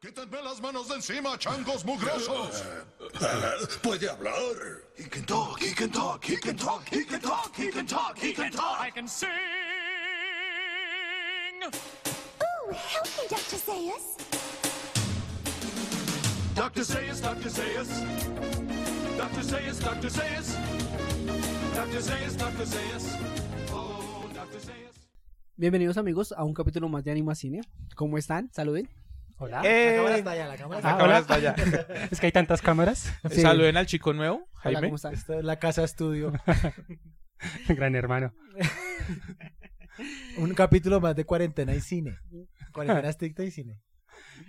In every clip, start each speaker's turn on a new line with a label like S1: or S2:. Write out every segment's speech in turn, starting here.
S1: Quítenme las manos de encima, changos mugrosos.
S2: Puede hablar.
S3: He can talk, he can talk, he can talk, he can talk, he can talk, he can
S4: I
S3: talk.
S4: can sing.
S5: Ooh, help me, Dr. Zeus.
S3: Dr. Sayus, Dr. Sayus. Dr. Sayus, Dr. Sayus. Dr. Sayus, Dr. Sayus. Oh, Dr. Sayus.
S6: Bienvenidos amigos a un capítulo más de Anima Cine. ¿Cómo están? Saluden.
S7: Hola.
S8: ¡Eh!
S7: La cámara está allá, la
S9: Ah,
S7: cámara está
S8: La
S7: allá.
S8: cámara está allá.
S7: Es que hay tantas cámaras.
S6: Sí.
S8: Saluden al chico nuevo,
S6: Hola,
S8: Jaime.
S6: ¿cómo están?
S7: Esta es la casa estudio.
S8: Gran hermano.
S7: Un capítulo más de cuarentena y cine. Cuarentena estricta y cine.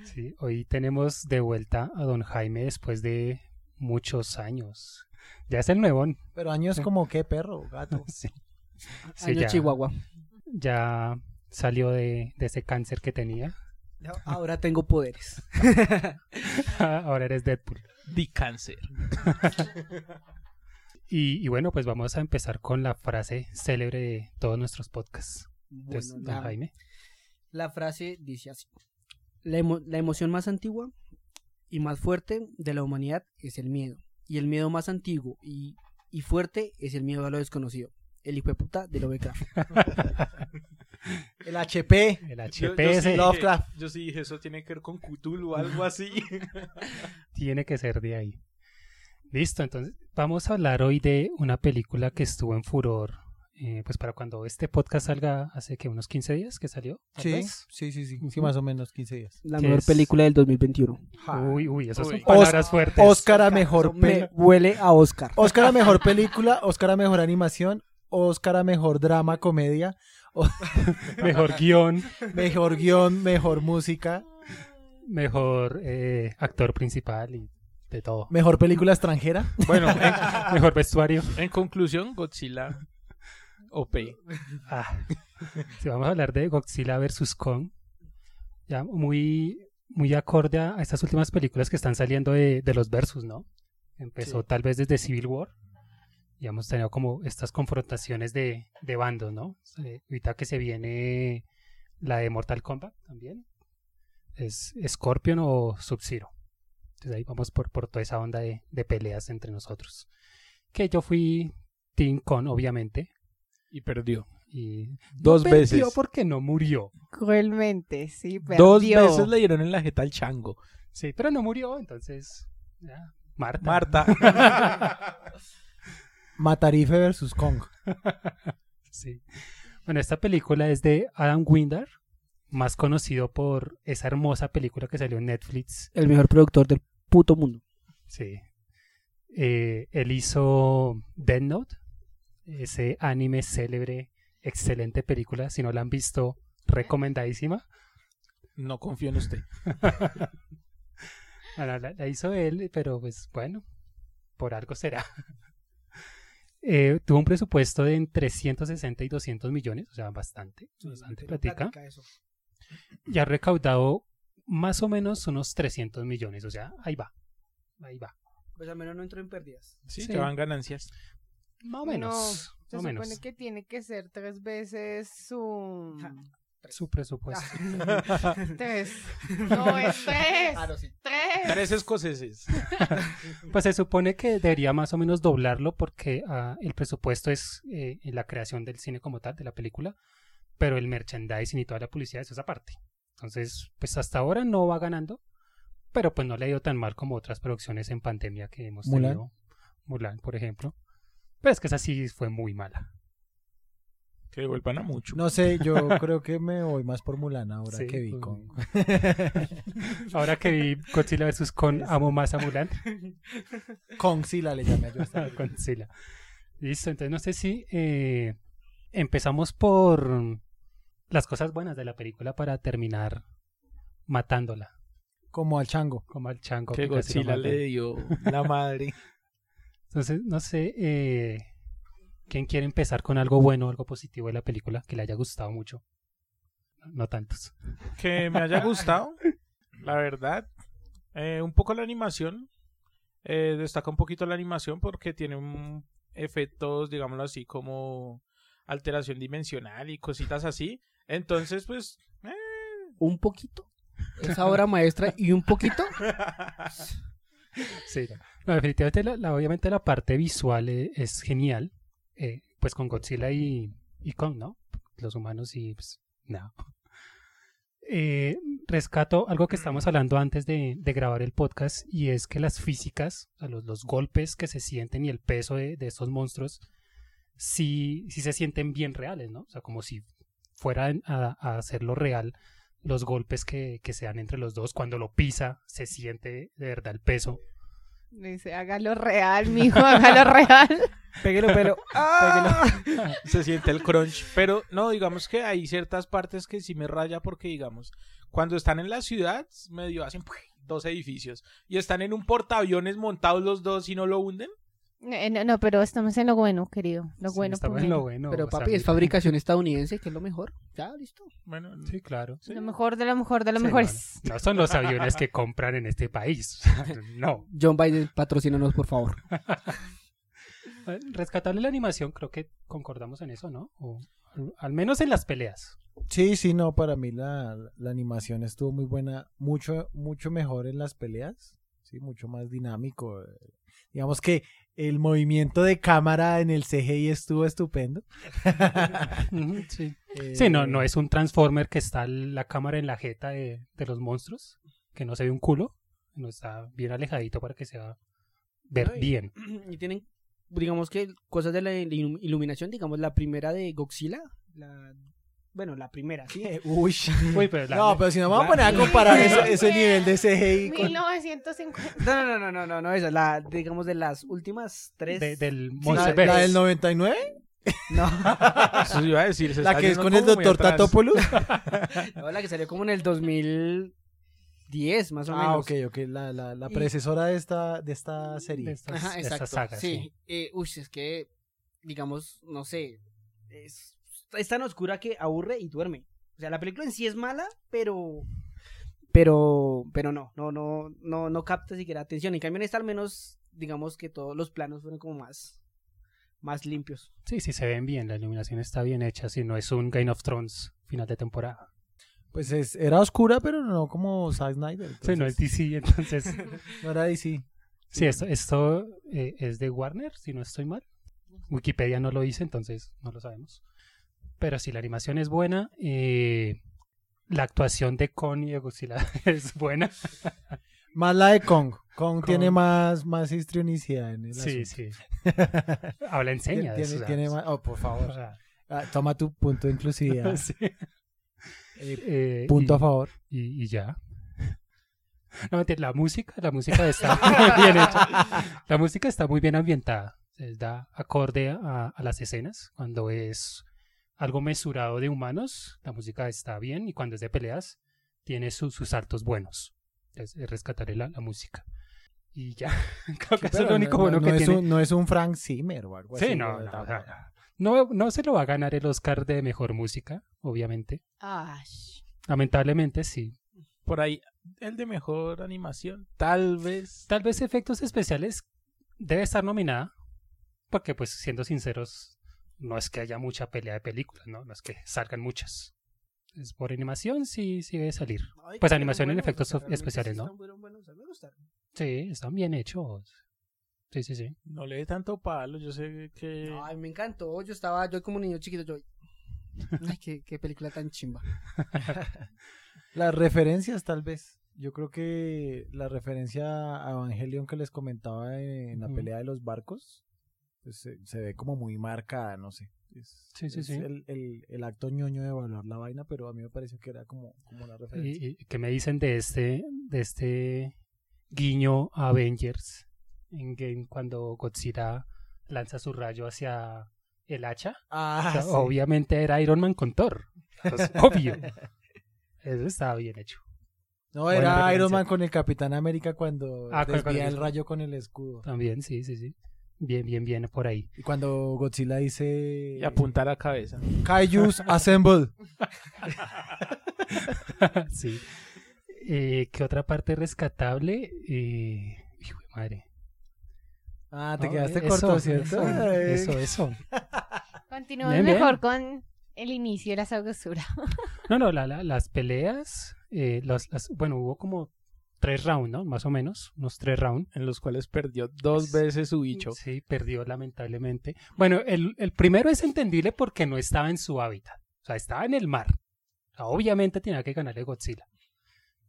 S9: Sí, hoy tenemos de vuelta a don Jaime después de muchos años. Ya es el nuevón.
S7: Pero años como qué, perro, gato.
S9: Sí, Sí,
S6: Año
S9: ya,
S6: Chihuahua.
S9: ya salió de, de ese cáncer que tenía.
S6: Ahora tengo poderes.
S9: Ahora eres Deadpool.
S8: Di cáncer.
S9: Y, y bueno, pues vamos a empezar con la frase célebre de todos nuestros podcasts. Entonces,
S6: Bueno,
S9: don
S6: la-
S9: Jaime.
S6: La frase dice así. La, emo- la emoción más antigua y más fuerte de la humanidad es el miedo. Y el miedo más antiguo y, y fuerte es el miedo a lo desconocido. El hijo de puta de Lovecraft.
S7: El HP.
S9: El
S8: Yo- yo
S9: HPS
S8: sí dije-
S7: Lovecraft.
S8: Yo sí dije, eso tiene que ver con Cthulhu o algo así.
S9: tiene que ser de ahí. Listo, entonces vamos a hablar hoy de una película que estuvo en furor. eh, pues para cuando este podcast salga hace que unos 15 días que salió. tal
S7: Sí,
S9: vez.
S7: sí, sí, sí. Sí,
S9: Ujú.
S7: más o menos 15 días.
S6: La
S9: ¿Qué
S6: mejor
S9: es?
S6: película del 2021.
S9: Uy, uy, esas
S8: Uy.
S9: son palabras fuertes.
S7: Oscar a mejor
S6: Eso me
S7: pe-
S6: huele a Oscar.
S7: Oscar a mejor película, Oscar a mejor animación, Oscar a mejor drama, comedia,
S9: Mejor guión,
S7: mejor guión, mejor música,
S9: mejor eh, actor principal y de todo.
S7: mejor película extranjera.
S8: Bueno, eh, en,
S9: Mejor vestuario.
S8: en conclusión, Godzilla OP.
S9: Ah. Sí, vamos a hablar de Godzilla vs. Kong. Ya muy, muy acorde a a estas últimas películas que están saliendo de, de los versus, ¿no? Empezó tal vez desde Civil War. Y hemos tenido como estas confrontaciones de, de bandos, ¿no? Eh, ahorita que se viene la de Mortal Kombat también. Es Scorpion o Sub-Zero. Entonces ahí vamos por, por toda esa onda de, de peleas entre nosotros. Que yo fui Team Kong, obviamente.
S8: Y perdió.
S9: Y
S8: Dos
S9: perdió
S8: veces.
S9: porque no murió.
S10: Cruelmente, sí,
S8: Dos
S10: perdió.
S8: veces le dieron en la jeta al chango.
S9: Sí, pero no murió, entonces. ya, Marta.
S8: Marta.
S7: Matarife versus Kong.
S9: Sí. Bueno, esta película es de Adam Windar, más conocido por esa hermosa película que salió en Netflix.
S6: El mejor productor del puto mundo.
S9: Sí. Eh, él hizo Dead Note, ese anime célebre, excelente película. Si no la han visto, recomendadísima.
S8: No confío en usted.
S9: Bueno, la, la hizo él, pero pues bueno, por algo será. Eh, tuvo un presupuesto de entre 160 y 200 millones, o sea, bastante, bastante platica. Y ha recaudado más o menos unos 300 millones, o sea, ahí va, ahí va,
S6: Pues al menos no entró en pérdidas.
S8: Sí,
S9: Sí.
S8: te van ganancias.
S9: más o
S10: No,
S9: menos,
S10: Se
S9: más o
S10: supone
S9: menos,
S10: que tiene que ser tres veces su...
S9: su presupuesto.
S10: tres. No, es tres.
S9: Ah,
S10: Tres.
S8: Tres escoceses.
S9: Pues se supone que debería más o menos doblarlo porque ah, el presupuesto es eh, en la creación del cine como tal, de la película, pero el merchandising y toda la publicidad eso es aparte. Entonces, pues hasta ahora no va ganando, pero pues no le ha ido tan mal como otras producciones en pandemia que hemos
S7: Mulan.
S9: tenido. Mulan, por ejemplo. Pero es que esa sí fue muy mala.
S8: Que vuelvan a mucho.
S7: No sé, yo creo que me voy más por Mulan ahora
S9: Sí,
S7: que vi
S9: pues,
S7: Kong.
S9: Ahora que vi Godzilla vs. Con Amo más a Mulan.
S7: Kong sí la le llamé yo. a esta.
S9: con Sila. Listo, entonces no sé si eh, empezamos por las cosas buenas de la película para terminar matándola,
S7: Como al chango.
S9: como al chango.
S8: que
S9: que casi lo
S8: Godzilla
S9: matan.
S8: le dio la madre.
S9: Entonces, no sé eh, quién quiere empezar con algo bueno, algo positivo de la película que le haya gustado mucho. No tantos.
S8: que me haya gustado, la verdad. Eh, un poco la animación. Eh, destaca un poquito la animación porque tiene un- efectos, digámoslo así, como alteración dimensional y cositas así. Entonces, pues, eh,
S6: Un poquito. esa obra maestra y un poquito.
S9: Sí, no. No, definitivamente, la, la- obviamente la parte visual eh, es genial, eh, pues con Godzilla y, y Kong, ¿no? Los humanos y pues, nada. Eh, rescato algo que estamos hablando antes de, de grabar el podcast y es que las físicas, o sea, los, los golpes que se sienten y el peso de, de estos monstruos, sí, sí se sienten bien reales, ¿no? O sea, como si fueran a, a hacerlo real los golpes que, que se dan entre los dos. Cuando lo pisa, se siente de verdad el peso.
S10: Me dice, hágalo real, mijo, hágalo real.
S7: Péguelo, pero. ¡Ah!
S8: se siente el crunch. Pero no, digamos que hay ciertas partes que sí me raya porque, digamos, cuando están en la ciudad, medio hacen ¡pui! dos edificios y están en un portaaviones montados los dos y no lo hunden.
S10: Eh, No, no, pero estamos en lo bueno, querido. Lo
S9: Sí,
S10: bueno,
S9: está
S10: por
S9: bueno, lo
S10: menos.
S9: bueno.
S6: pero
S9: o sea,
S6: papi, es
S9: mira.
S6: fabricación estadounidense, que es lo mejor. Ya, listo.
S8: Bueno,
S9: Sí, claro.
S10: Lo mejor de lo mejor de lo
S9: Sí,
S10: mejor.
S9: no, No, son los aviones que compran en este país. No.
S6: John Biden, patrocínanos, por favor.
S9: Eh, Rescatable la animación, creo que concordamos en eso, ¿no? O al- al menos en las peleas.
S7: Sí, sí, no, para mí la, la animación estuvo muy buena, mucho, mucho mejor en las peleas, sí, mucho más dinámico. eh. Digamos que el movimiento de cámara en el CGI estuvo estupendo.
S9: Ujú, sí.
S7: Eh,
S9: Sí, no, no es un Transformer que está la cámara en la jeta de, de los monstruos, que no se ve un culo, no está bien alejadito para que se va a ver
S6: Ay.
S9: bien.
S6: y tienen, digamos que cosas de la ilu- iluminación, digamos, la primera de Godzilla, la, bueno, la primera, sí.
S7: Eh, uy.
S9: Uy, pero la-
S7: No, pero si no vamos a poner a comparar ese, ese nivel de CGI con...
S10: 1950.
S6: No, no, no, no, no, no, esa, la, digamos, de las últimas tres.
S9: de- del
S7: ¿La,
S9: Monsterverse.
S7: la del 99?
S8: eso iba a decir.
S9: Pues
S8: se
S7: La
S8: está
S7: que es
S8: yendo
S7: con el
S8: como muy
S7: doctor
S8: atrás.
S7: Tatopoulos.
S6: No, la que salió como en el 2010, más o menos.
S7: Ah, ok, ok, la, la, la
S6: Y-
S7: predecesora de esta, de esta serie.
S9: de estas-
S6: Ajá,
S9: de
S6: exacto.
S9: estas sagas,
S6: sí.
S9: sí.
S6: Eh, uy, es que, digamos, no sé, es, es tan oscura que aburre y duerme. O sea, la película en sí es mala, pero... Pero, pero no, no, no, no, no capta siquiera atención. En cambio, en esta al menos, digamos que todos los planos fueron como más, más limpios.
S9: Sí, sí, se ven bien, la iluminación está bien hecha, si no es un Game of Thrones final de temporada.
S7: Pues es- era oscura, pero no como Zack Snyder.
S9: Sí, no es
S7: entonces,
S9: DC, entonces...
S7: no era DC.
S9: Sí, esto, esto eh, es de Warner, si no estoy mal. Wikipedia no lo dice, entonces no lo sabemos. Pero sí, la animación es buena. eh, la actuación de Kong y de Godzilla es buena.
S7: Más la de Kong. Kong,
S9: Kong.
S7: tiene más, más histrionicidad en el
S9: Sí,
S7: asunto.
S9: sí. Habla enseña.
S7: Tiene,
S9: de eso,
S7: tiene,
S9: o sea,
S7: tiene más... Oh, por
S9: o
S7: favor.
S9: sea,
S7: Ah, toma tu punto de inclusividad.
S9: sí.
S7: Eh,
S9: Eh,
S7: punto
S9: y-
S7: a favor.
S9: y, y ya. No, mentira, la música, la música está muy bien hecha. La música está muy bien ambientada. Se da acorde a, a las escenas. Cuando es algo mesurado de humanos, la música está bien. Y cuando es de peleas, tiene su- sus saltos buenos. Entonces, eh, rescataré la, la música. Y ya, creo que eso es
S7: Pero
S9: lo único
S7: no-
S9: bueno
S7: no
S9: que
S7: es
S9: tiene.
S7: Un, pues no es un Frank Zimmer o algo así.
S9: Sí, no, no, o sea, no, no se lo va a ganar el Oscar de mejor música, obviamente.
S10: Ay,
S9: Lamentablemente, sí.
S8: Por ahí, el de mejor animación. Tal vez.
S9: Tal vez efectos especiales debe estar nominada, porque pues siendo sinceros, no es que haya mucha pelea de películas, ¿no? No es que salgan muchas. Es por animación sí, sí debe salir. Pues animación en efectos especiales, ¿no? Sí, están bien hechos. Sí, sí, sí.
S8: No le dé tanto palo. Yo sé que.
S6: Ay, me encantó. Yo estaba, yo como un niño chiquito, yo... Ay, qué, qué película tan chimba.
S7: Las referencias, tal vez. Yo creo que la referencia a Evangelion que les comentaba en la
S9: Ujú.
S7: pelea de los barcos pues, se, se ve como muy marcada, no sé. Es,
S9: Sí, sí,
S7: es
S9: sí.
S7: El, el- el acto ñoño de evaluar la vaina, pero a mí me pareció que era como, como una referencia.
S9: ¿Y, y qué me dicen de este, de este guiño a Avengers en Game cuando Godzilla lanza su rayo hacia el hacha? O
S7: Ah,
S9: sea,
S7: sí.
S9: Obviamente era Iron Man con Thor. Es obvio. Eso estaba bien hecho.
S7: No,
S9: Buena
S7: era Iron
S9: referencia.
S7: Man con el Capitán América cuando
S9: Ah, con- con el
S7: desvía el
S9: escudo.
S7: rayo con el escudo.
S9: También, sí, sí, sí. Bien, bien, bien por ahí.
S7: Y cuando Godzilla dice...
S8: Y apuntar a cabeza.
S7: Kaijus Assemble. Ah,
S9: sí. Eh, ¿Qué otra parte rescatable? Eh, hijo de madre.
S7: Ah, te
S9: No,
S7: Ah, quedaste
S9: Ah, eso,
S7: corto,
S9: Eso,
S7: ¿cierto? Ay.
S9: eso. eso.
S10: Continuemos
S9: Bien, bien.
S10: mejor con el inicio de la sabrosura.
S9: No, no, la- la- las peleas, eh, las, las- bueno, hubo como tres rounds, ¿no? Más o menos, unos tres rounds.
S8: En los cuales perdió dos veces su bicho.
S9: Sí, perdió lamentablemente. Bueno, el, el primero es entendible porque no estaba en su hábitat, o sea, estaba en el mar. O sea, obviamente tenía que ganarle Godzilla.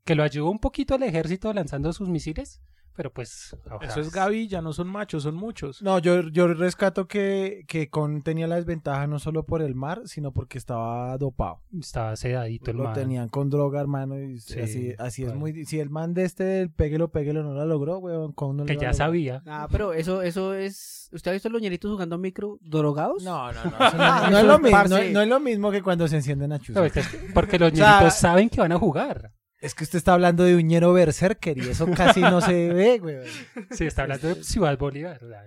S9: Que lo ayudó un poquito al ejército lanzando sus misiles, pero pues... o sea,
S8: Eso es gavilla, no son machos, son muchos.
S7: No, yo, yo rescato que, que Con tenía la desventaja no solo por el mar, sino porque estaba dopado.
S9: Estaba sedadito el
S7: lo
S9: man.
S7: tenían con droga, hermano. Y
S9: Sí,
S7: así así es
S9: claro.
S7: muy. Si el man de este, del péguelo, péguelo, no la logró, weón. Con no
S9: Que
S7: la
S9: ya
S7: logró.
S9: sabía.
S6: Ah, pero eso, eso es. ¿Usted ha visto a los ñeritos jugando micro drogados?
S7: No, no, no. eso no, no es lo mismo, no, no es lo mismo que cuando se encienden a
S9: No, pues, este
S7: chuzos.
S9: es que- porque los
S7: O sea,
S9: niñitos saben que van a jugar.
S7: Es que usted está hablando de un ñero berserker y eso casi no se ve, weón.
S9: Sí, está hablando de Ciudad Bolívar. o sea,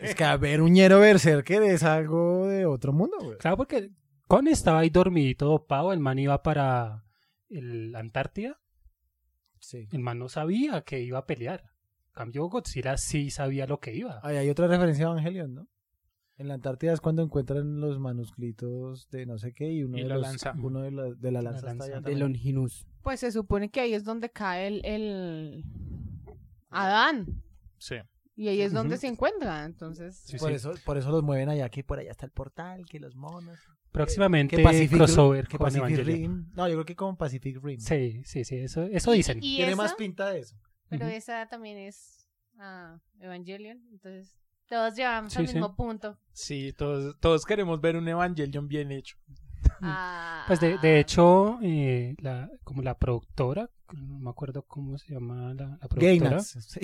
S7: Es que a ver, un ñero berserker es algo de otro mundo, weón.
S9: Claro, porque Con estaba ahí dormidito, dopado. El man iba para el Antártida.
S7: Sí.
S9: El man no sabía que iba a pelear. En cambio, Godzilla sí sabía lo que iba.
S7: Ahí hay otra referencia a Evangelion, ¿no? En la Antártida es cuando encuentran los manuscritos de no sé qué y uno
S8: Y
S7: de
S8: la
S7: los-
S8: lanza.
S7: uno de la, de la lanza,
S9: lanza.
S7: está allá
S6: De
S7: también.
S6: Longinus.
S10: Pues se supone que ahí es donde cae el, el Adán.
S8: Sí.
S10: Y ahí es donde
S9: Ujú.
S10: se encuentra. Entonces,
S9: Sí,
S7: por,
S9: sí.
S7: Eso, por eso los mueven allá, que por allá está el portal, que los monos.
S9: Próximamente
S7: Que Pacific,
S9: crossover
S7: que
S9: con
S7: Pacific
S9: Evangelion.
S7: Rim. No, yo creo que con Pacific Rim.
S9: Sí, sí, sí. Eso, eso dicen.
S10: y
S7: Tiene
S10: esa,
S7: más pinta de eso.
S10: pero
S9: Ujú.
S10: esa también es ah, Evangelion. Entonces, todos llevamos
S9: Sí,
S10: al
S9: sí.
S10: mismo punto.
S8: Sí, todos, todos queremos ver un Evangelion bien hecho.
S10: Ah,
S9: Pues de, de hecho, eh, la, como la productora, no me acuerdo cómo se llama la, la productora.
S7: Gainax. Sí.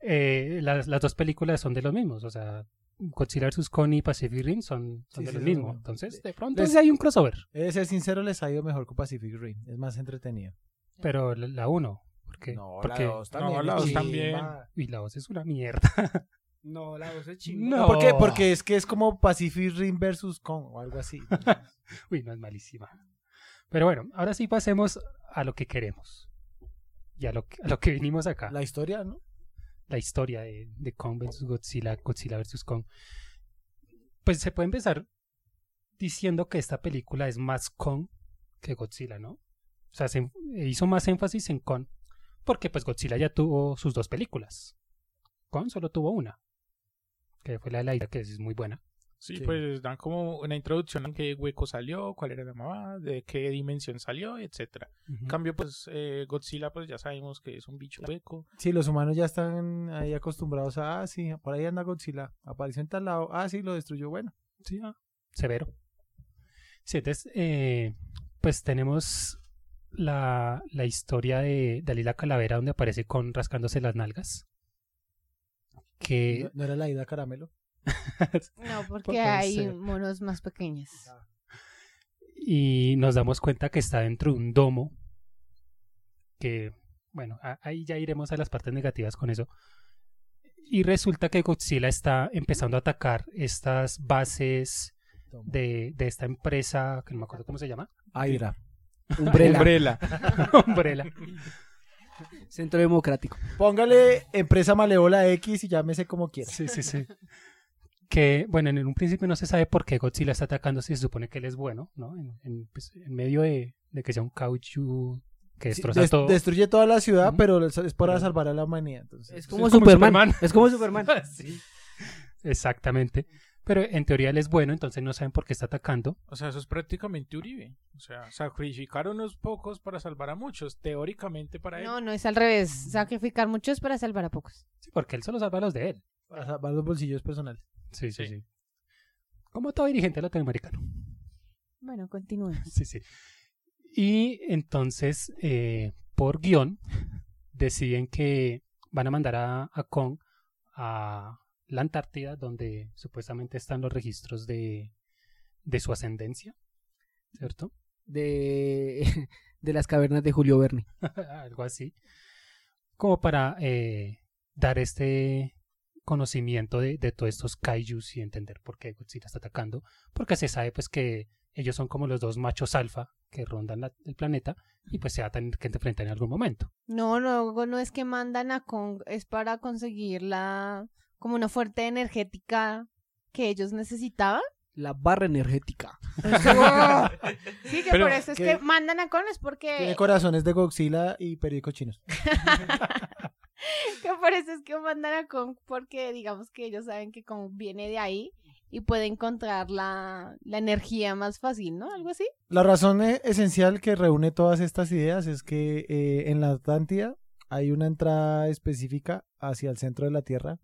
S9: Eh, las, las dos películas son de los mismos, o sea, Godzilla vs. Kong y Pacific Rim son, son de
S7: Sí,
S9: los
S7: sí, son
S9: mismos.
S7: los-
S9: Entonces, de pronto
S7: les-
S9: sí hay un crossover,
S7: He de ser sincero, les ha ido mejor con Pacific Rim. Es más entretenido.
S9: pero la- la uno, porque, porque-
S8: No, la dos
S7: chimba.
S8: también.
S9: y la dos es una mierda.
S6: No, la voz es
S9: chingona.
S7: No,
S9: No.
S7: ¿por qué? Porque es que es como Pacific Rim versus Kong o algo así.
S9: Uy, no es malísima. Pero bueno, ahora sí pasemos a lo que queremos y a lo que, a lo que vinimos acá.
S7: La historia, ¿no?
S9: la historia de, de Kong vs Godzilla, Godzilla vs Kong. Pues se puede empezar diciendo que esta película es más Kong que Godzilla, ¿no? O sea, se eh, hizo más énfasis en Kong porque pues Godzilla ya tuvo sus dos películas. Kong solo tuvo una, que fue la de la isla, que es muy buena.
S8: Sí,
S7: Sí.
S8: pues dan como una introducción en qué hueco salió, cuál era la mamá, de qué dimensión salió, etcétera. En cambio, pues eh, Godzilla, pues ya sabemos que es un bicho hueco.
S7: Sí, los humanos ya están ahí acostumbrados a, ah, sí, por ahí anda Godzilla, apareció en tal lado, ah, sí, lo destruyó, bueno.
S9: Sí, ah, severo. Sí, entonces, eh, pues tenemos la, la historia de Dalila Calavera, donde aparece con rascándose las nalgas.
S7: No,
S9: Que
S7: no era la ida caramelo.
S10: No, porque
S9: Puede
S10: hay
S9: ser.
S10: monos más pequeños.
S9: y nos damos cuenta que está dentro de un domo. Que, bueno, a- ahí ya iremos a las partes negativas con eso. Y resulta que Godzilla está empezando a atacar estas bases de, de esta empresa, que no me acuerdo cómo se llama.
S7: Aira.
S8: Umbrella.
S9: Umbrella.
S6: Centro Democrático.
S7: Póngale empresa maleola X y llámese como quiera.
S9: Sí, sí, sí. Que, bueno, en un principio no se sabe por qué Godzilla está atacando si se supone que él es bueno, ¿no? En, en- pues, en medio de, de que sea un caucho que
S7: Sí,
S9: destroza
S7: des-
S9: todo.
S7: Destruye toda la ciudad,
S9: Ujú.
S7: pero es es para
S9: Pero-
S7: salvar a la humanidad. Entonces.
S6: Es
S9: como
S6: como, Superman.
S9: Superman.
S6: Es como Superman.
S9: Sí. Exactamente. Pero en teoría él es bueno, entonces no saben por qué está atacando.
S8: O sea, eso es prácticamente Uribe. O sea, sacrificar a unos pocos para salvar a muchos, teóricamente para él.
S10: No, no es al revés. Sacrificar muchos para salvar a pocos.
S9: Sí, porque él solo salva a los de él.
S7: Para salvar los bolsillos personales.
S9: Sí, sí,
S8: Sí.
S9: sí. Como todo dirigente latinoamericano.
S10: Bueno, continúa.
S9: Sí, sí. Y entonces, eh, por guión, deciden que van a mandar a, a Kong a la Antártida, donde supuestamente están los registros de, de su ascendencia, ¿cierto?
S6: De, de las cavernas de Julio Verne.
S9: Algo así. Como para eh, dar este conocimiento de, de todos estos kaijus y entender por qué Godzilla está atacando, porque se sabe pues que ellos son como los dos machos alfa que rondan la- el planeta y pues se va a tener que enfrentar en algún momento.
S10: No, no, no es que mandan a Kong, es para conseguir la como una fuerte energética que ellos necesitaban.
S6: La barra energética.
S10: Sí, que
S8: Pero,
S10: por eso es
S7: ¿qué?
S10: que mandan a Cones porque
S7: Tiene corazones de Godzilla y periódicos chinos.
S10: que por eso es que mandan a Kong porque digamos que ellos saben que Kong viene de ahí y puede encontrar la, la energía más fácil, ¿no? Algo así.
S7: La razón e- esencial que reúne todas estas ideas es que eh, en la Atlántida hay una entrada específica hacia el centro de la Tierra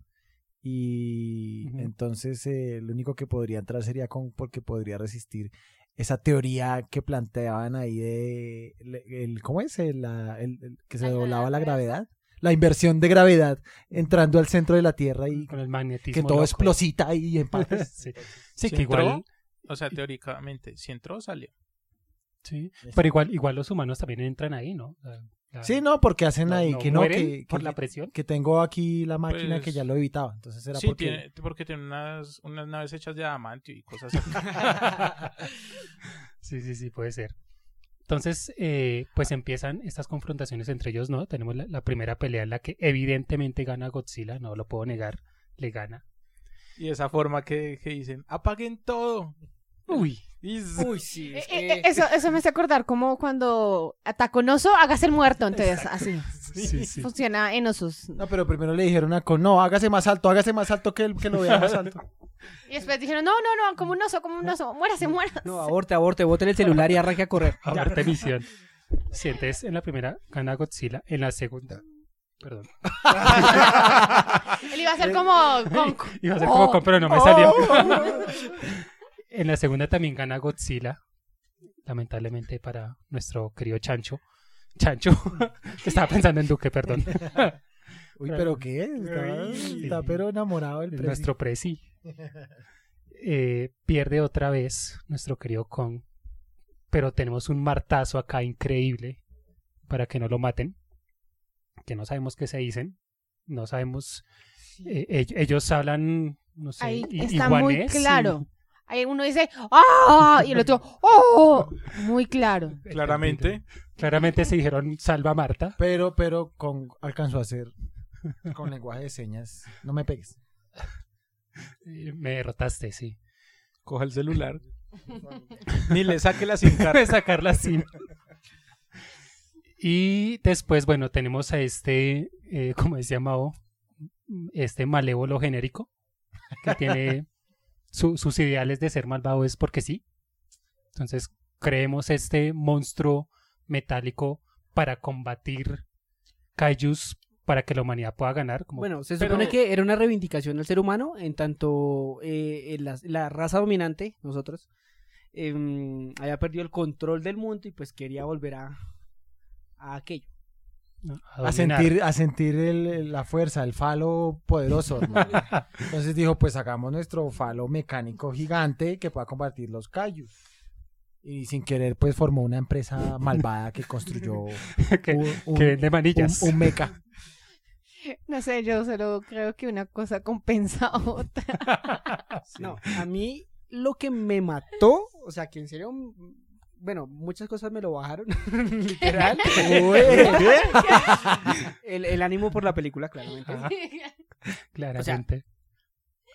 S7: y
S9: Ujú.
S7: entonces eh, lo único que podría entrar sería Kong porque podría resistir esa teoría que planteaban ahí de le- el, ¿cómo es? El, la- el- el- que se
S10: La
S7: doblaba la
S10: gravedad
S7: gravedad, la inversión de gravedad entrando al centro de la Tierra y
S9: con el magnetismo.
S7: que todo
S9: loco.
S7: explosita y en partes.
S9: sí,
S8: Si
S9: sí, que
S8: entró,
S9: igual.
S8: O sea, teóricamente, si entró, salió.
S9: Sí, pero igual, igual los humanos también entran ahí, ¿no? La- la-
S7: Sí, no, porque hacen
S9: no-
S7: ahí
S9: no
S7: que no,
S9: mueren
S7: que,
S9: por
S7: que-
S9: la presión.
S7: que tengo aquí la máquina
S8: Pues-
S7: que ya lo evitaba. Entonces era
S8: Sí,
S7: porque
S8: tiene- porque tiene unas, unas naves hechas de adamantio y cosas así.
S9: sí, sí, sí, puede ser. Entonces, eh, pues empiezan estas confrontaciones entre ellos, ¿no? Tenemos la, la primera pelea en la que evidentemente gana Godzilla, no lo puedo negar, le gana.
S8: y esa forma que, que dicen, apaguen todo.
S9: Uy,
S8: Y z-
S6: Uy, sí.
S10: Eh, eh, eso, eso me hace acordar como cuando ataca un oso, hágase el muerto, entonces así.
S9: sí, Pues, sí.
S10: Funciona en osos.
S7: No, pero primero le dijeron a Con, no, hágase más alto, hágase más alto que, el, que lo vea más alto.
S10: Y después dijeron, no, no, no, como un oso, como un oso, muérase, muérase.
S6: No, aborte, aborte, boten el celular y arranque a correr.
S9: Aparte misión. Sí, entonces en la primera gana Godzilla, en la segunda, perdón,
S10: Él iba a ser como Kong.
S9: Iba a ser como con, pero no me salió. en la segunda también gana Godzilla. Lamentablemente para nuestro querido Chancho. Chancho. Estaba pensando en Duque, perdón.
S7: Uy, pero ¿qué? Está,
S9: Uy.
S7: está pero enamorado el precio.
S9: nuestro Prezi. Eh, pierde otra vez nuestro querido Kong. Pero tenemos un martazo acá increíble para que no lo maten. Que no sabemos qué se dicen. No sabemos. eh, ell- ellos hablan, no sé,
S10: Ahí
S9: i-
S10: está muy
S9: iguanés y-
S10: claro. Ahí uno dice, ¡ah! Y el otro, ¡oh! Muy claro.
S8: claramente,
S9: Claramente se dijeron salva a Marta.
S7: Pero, pero con, alcanzó a hacer con lenguaje de señas. No me pegues.
S9: Eh, Me derrotaste, sí.
S8: coja el celular. Ni le saque la sin carta.
S9: sacar la cima. Y después, bueno, tenemos a este, eh, como decía Mao, este malévolo genérico, que tiene su- sus ideales de ser malvado es porque sí. Entonces, creemos este monstruo metálico para combatir Kaijus para que la humanidad pueda ganar. Como
S6: Bueno, se
S8: Pero-
S6: supone que era una reivindicación al ser humano, en tanto eh, en la, la raza dominante, nosotros, em, había perdido el control del mundo y pues quería volver a, a aquello.
S9: ¿no?
S7: A
S9: dominar.
S7: sentir, a sentir el- el- la fuerza, el falo poderoso. hermano. Entonces dijo, pues hagamos nuestro falo mecánico gigante que pueda combatir los callos. Y sin querer, pues formó una empresa malvada que construyó
S9: que,
S7: un- un-
S9: que vende manillas.
S7: un- un meca.
S10: No sé, yo solo creo que una cosa compensa a otra.
S6: No, a mí lo que me mató, o sea, que en serio, mm, bueno, muchas cosas me lo bajaron, literal. el, el ánimo por la película, claramente.
S9: Ajá, claramente.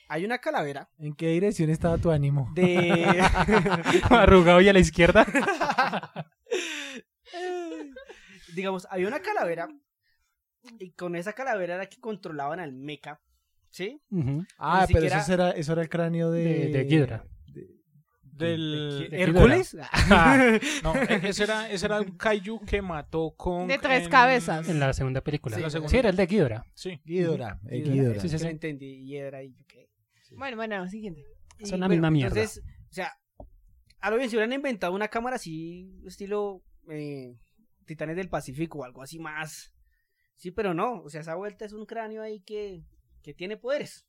S6: Hay una calavera
S7: ¿En qué dirección estaba tu ánimo?
S6: de...
S9: Arrugado y a la izquierda.
S6: digamos, había una calavera y con esa calavera era que controlaban al meca, ¿sí?
S9: Ujú.
S7: Ah,
S6: Ni
S7: pero
S6: siquiera-
S7: eso, era, eso era el cráneo de...
S9: De- de Ghidra.
S8: Del,
S9: De-
S6: ¿Hércules?
S8: Ah, no, e- ese era, ese era un kaiju que mató con.
S10: De tres cabezas.
S9: En la segunda película.
S8: Sí,
S9: Sí,
S8: la segunda.
S9: era el de Ghidorah.
S8: Sí.
S7: Ghidorah, eh,
S6: Ghidorah.
S7: Ghidorah.
S9: Sí, sí,
S6: Que
S9: sí.
S6: lo entendí y era y yo qué.
S10: Bueno, bueno, siguiente.
S6: Y,
S9: Son la misma mierda.
S6: Entonces, o sea, a lo bien si hubieran inventado una cámara así, estilo eh, Titanes del Pacífico o algo así más. Sí, pero no, o sea, esa vuelta es un cráneo ahí que, que tiene poderes.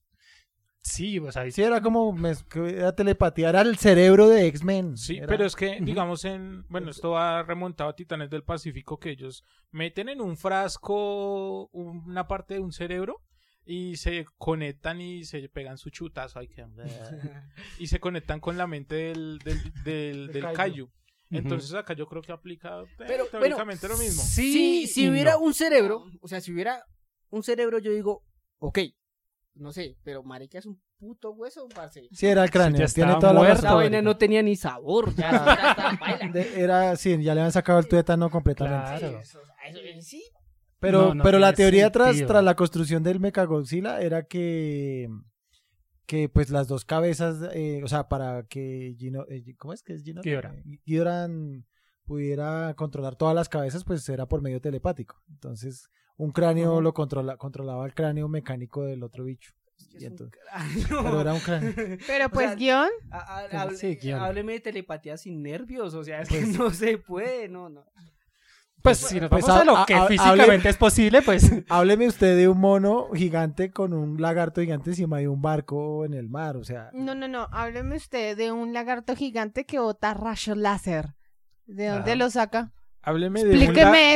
S9: Sí, o sea,
S7: Sí, era como mez- que era telepatía, era el cerebro de X-Men.
S8: Sí,
S7: Era-
S8: pero es que, digamos, en. Bueno, esto va remontado a Titanes del Pacífico, que ellos meten en un frasco una parte de un cerebro y se conectan y se pegan su chutazo. ay, que- y se conectan con la mente del, del, del, del
S7: kaiju.
S8: kaiju.
S9: Ujú.
S8: Entonces acá yo creo que aplica eh,
S6: Pero, bueno,
S8: teóricamente lo mismo.
S9: Sí,
S6: si, si
S9: y
S6: hubiera
S9: no.
S6: un cerebro, o sea, si hubiera un cerebro, yo digo, ok, no sé, pero marica es un puto hueso, parce.
S7: Sí, era el cráneo.
S9: ya
S7: tiene
S9: estaba
S7: toda la
S9: muerto,
S6: Esa
S7: razón.
S6: vaina no tenía ni sabor, ya, ya estaba baila.
S7: De- Era, sí, ya le han sacado el tuétano completamente.
S9: Claro.
S6: Sí, eso- eso- sí,
S7: Pero,
S9: No, no
S7: pero la
S9: tiene
S7: teoría tras,
S9: sentido.
S7: tras la construcción del Mechagodzilla era que, que pues las dos cabezas, eh, o sea, para que Gino, eh, ¿cómo es que es Gino?
S9: Ghidorah.
S7: Eh, Ghidorah pudiera controlar todas las cabezas, pues era por medio telepático. Entonces, un cráneo lo controla, controlaba el cráneo mecánico del otro bicho. Y
S6: es un Ah,
S7: entonces-
S6: cráneo.
S7: pero era un cráneo.
S10: Pero
S6: O
S10: pues
S6: sea,
S10: guión,
S6: A- a-
S9: Sí,
S6: Ah, hable-
S9: sí, guión.
S6: hábleme de telepatía sin nervios, o sea, es que no se puede, no, no.
S9: Pues si nos
S7: Pues
S9: vamos a
S7: hab-
S9: lo que
S7: hab- hable-
S9: físicamente es posible, pues.
S7: Hábleme usted de un mono gigante con un lagarto gigante encima de un barco en el mar, o sea,
S10: no, no, no, hábleme usted de un lagarto gigante que bota rayos láser. ¿De dónde
S9: Ajá.
S10: lo saca?
S8: Hábleme de un la-
S10: Explíqueme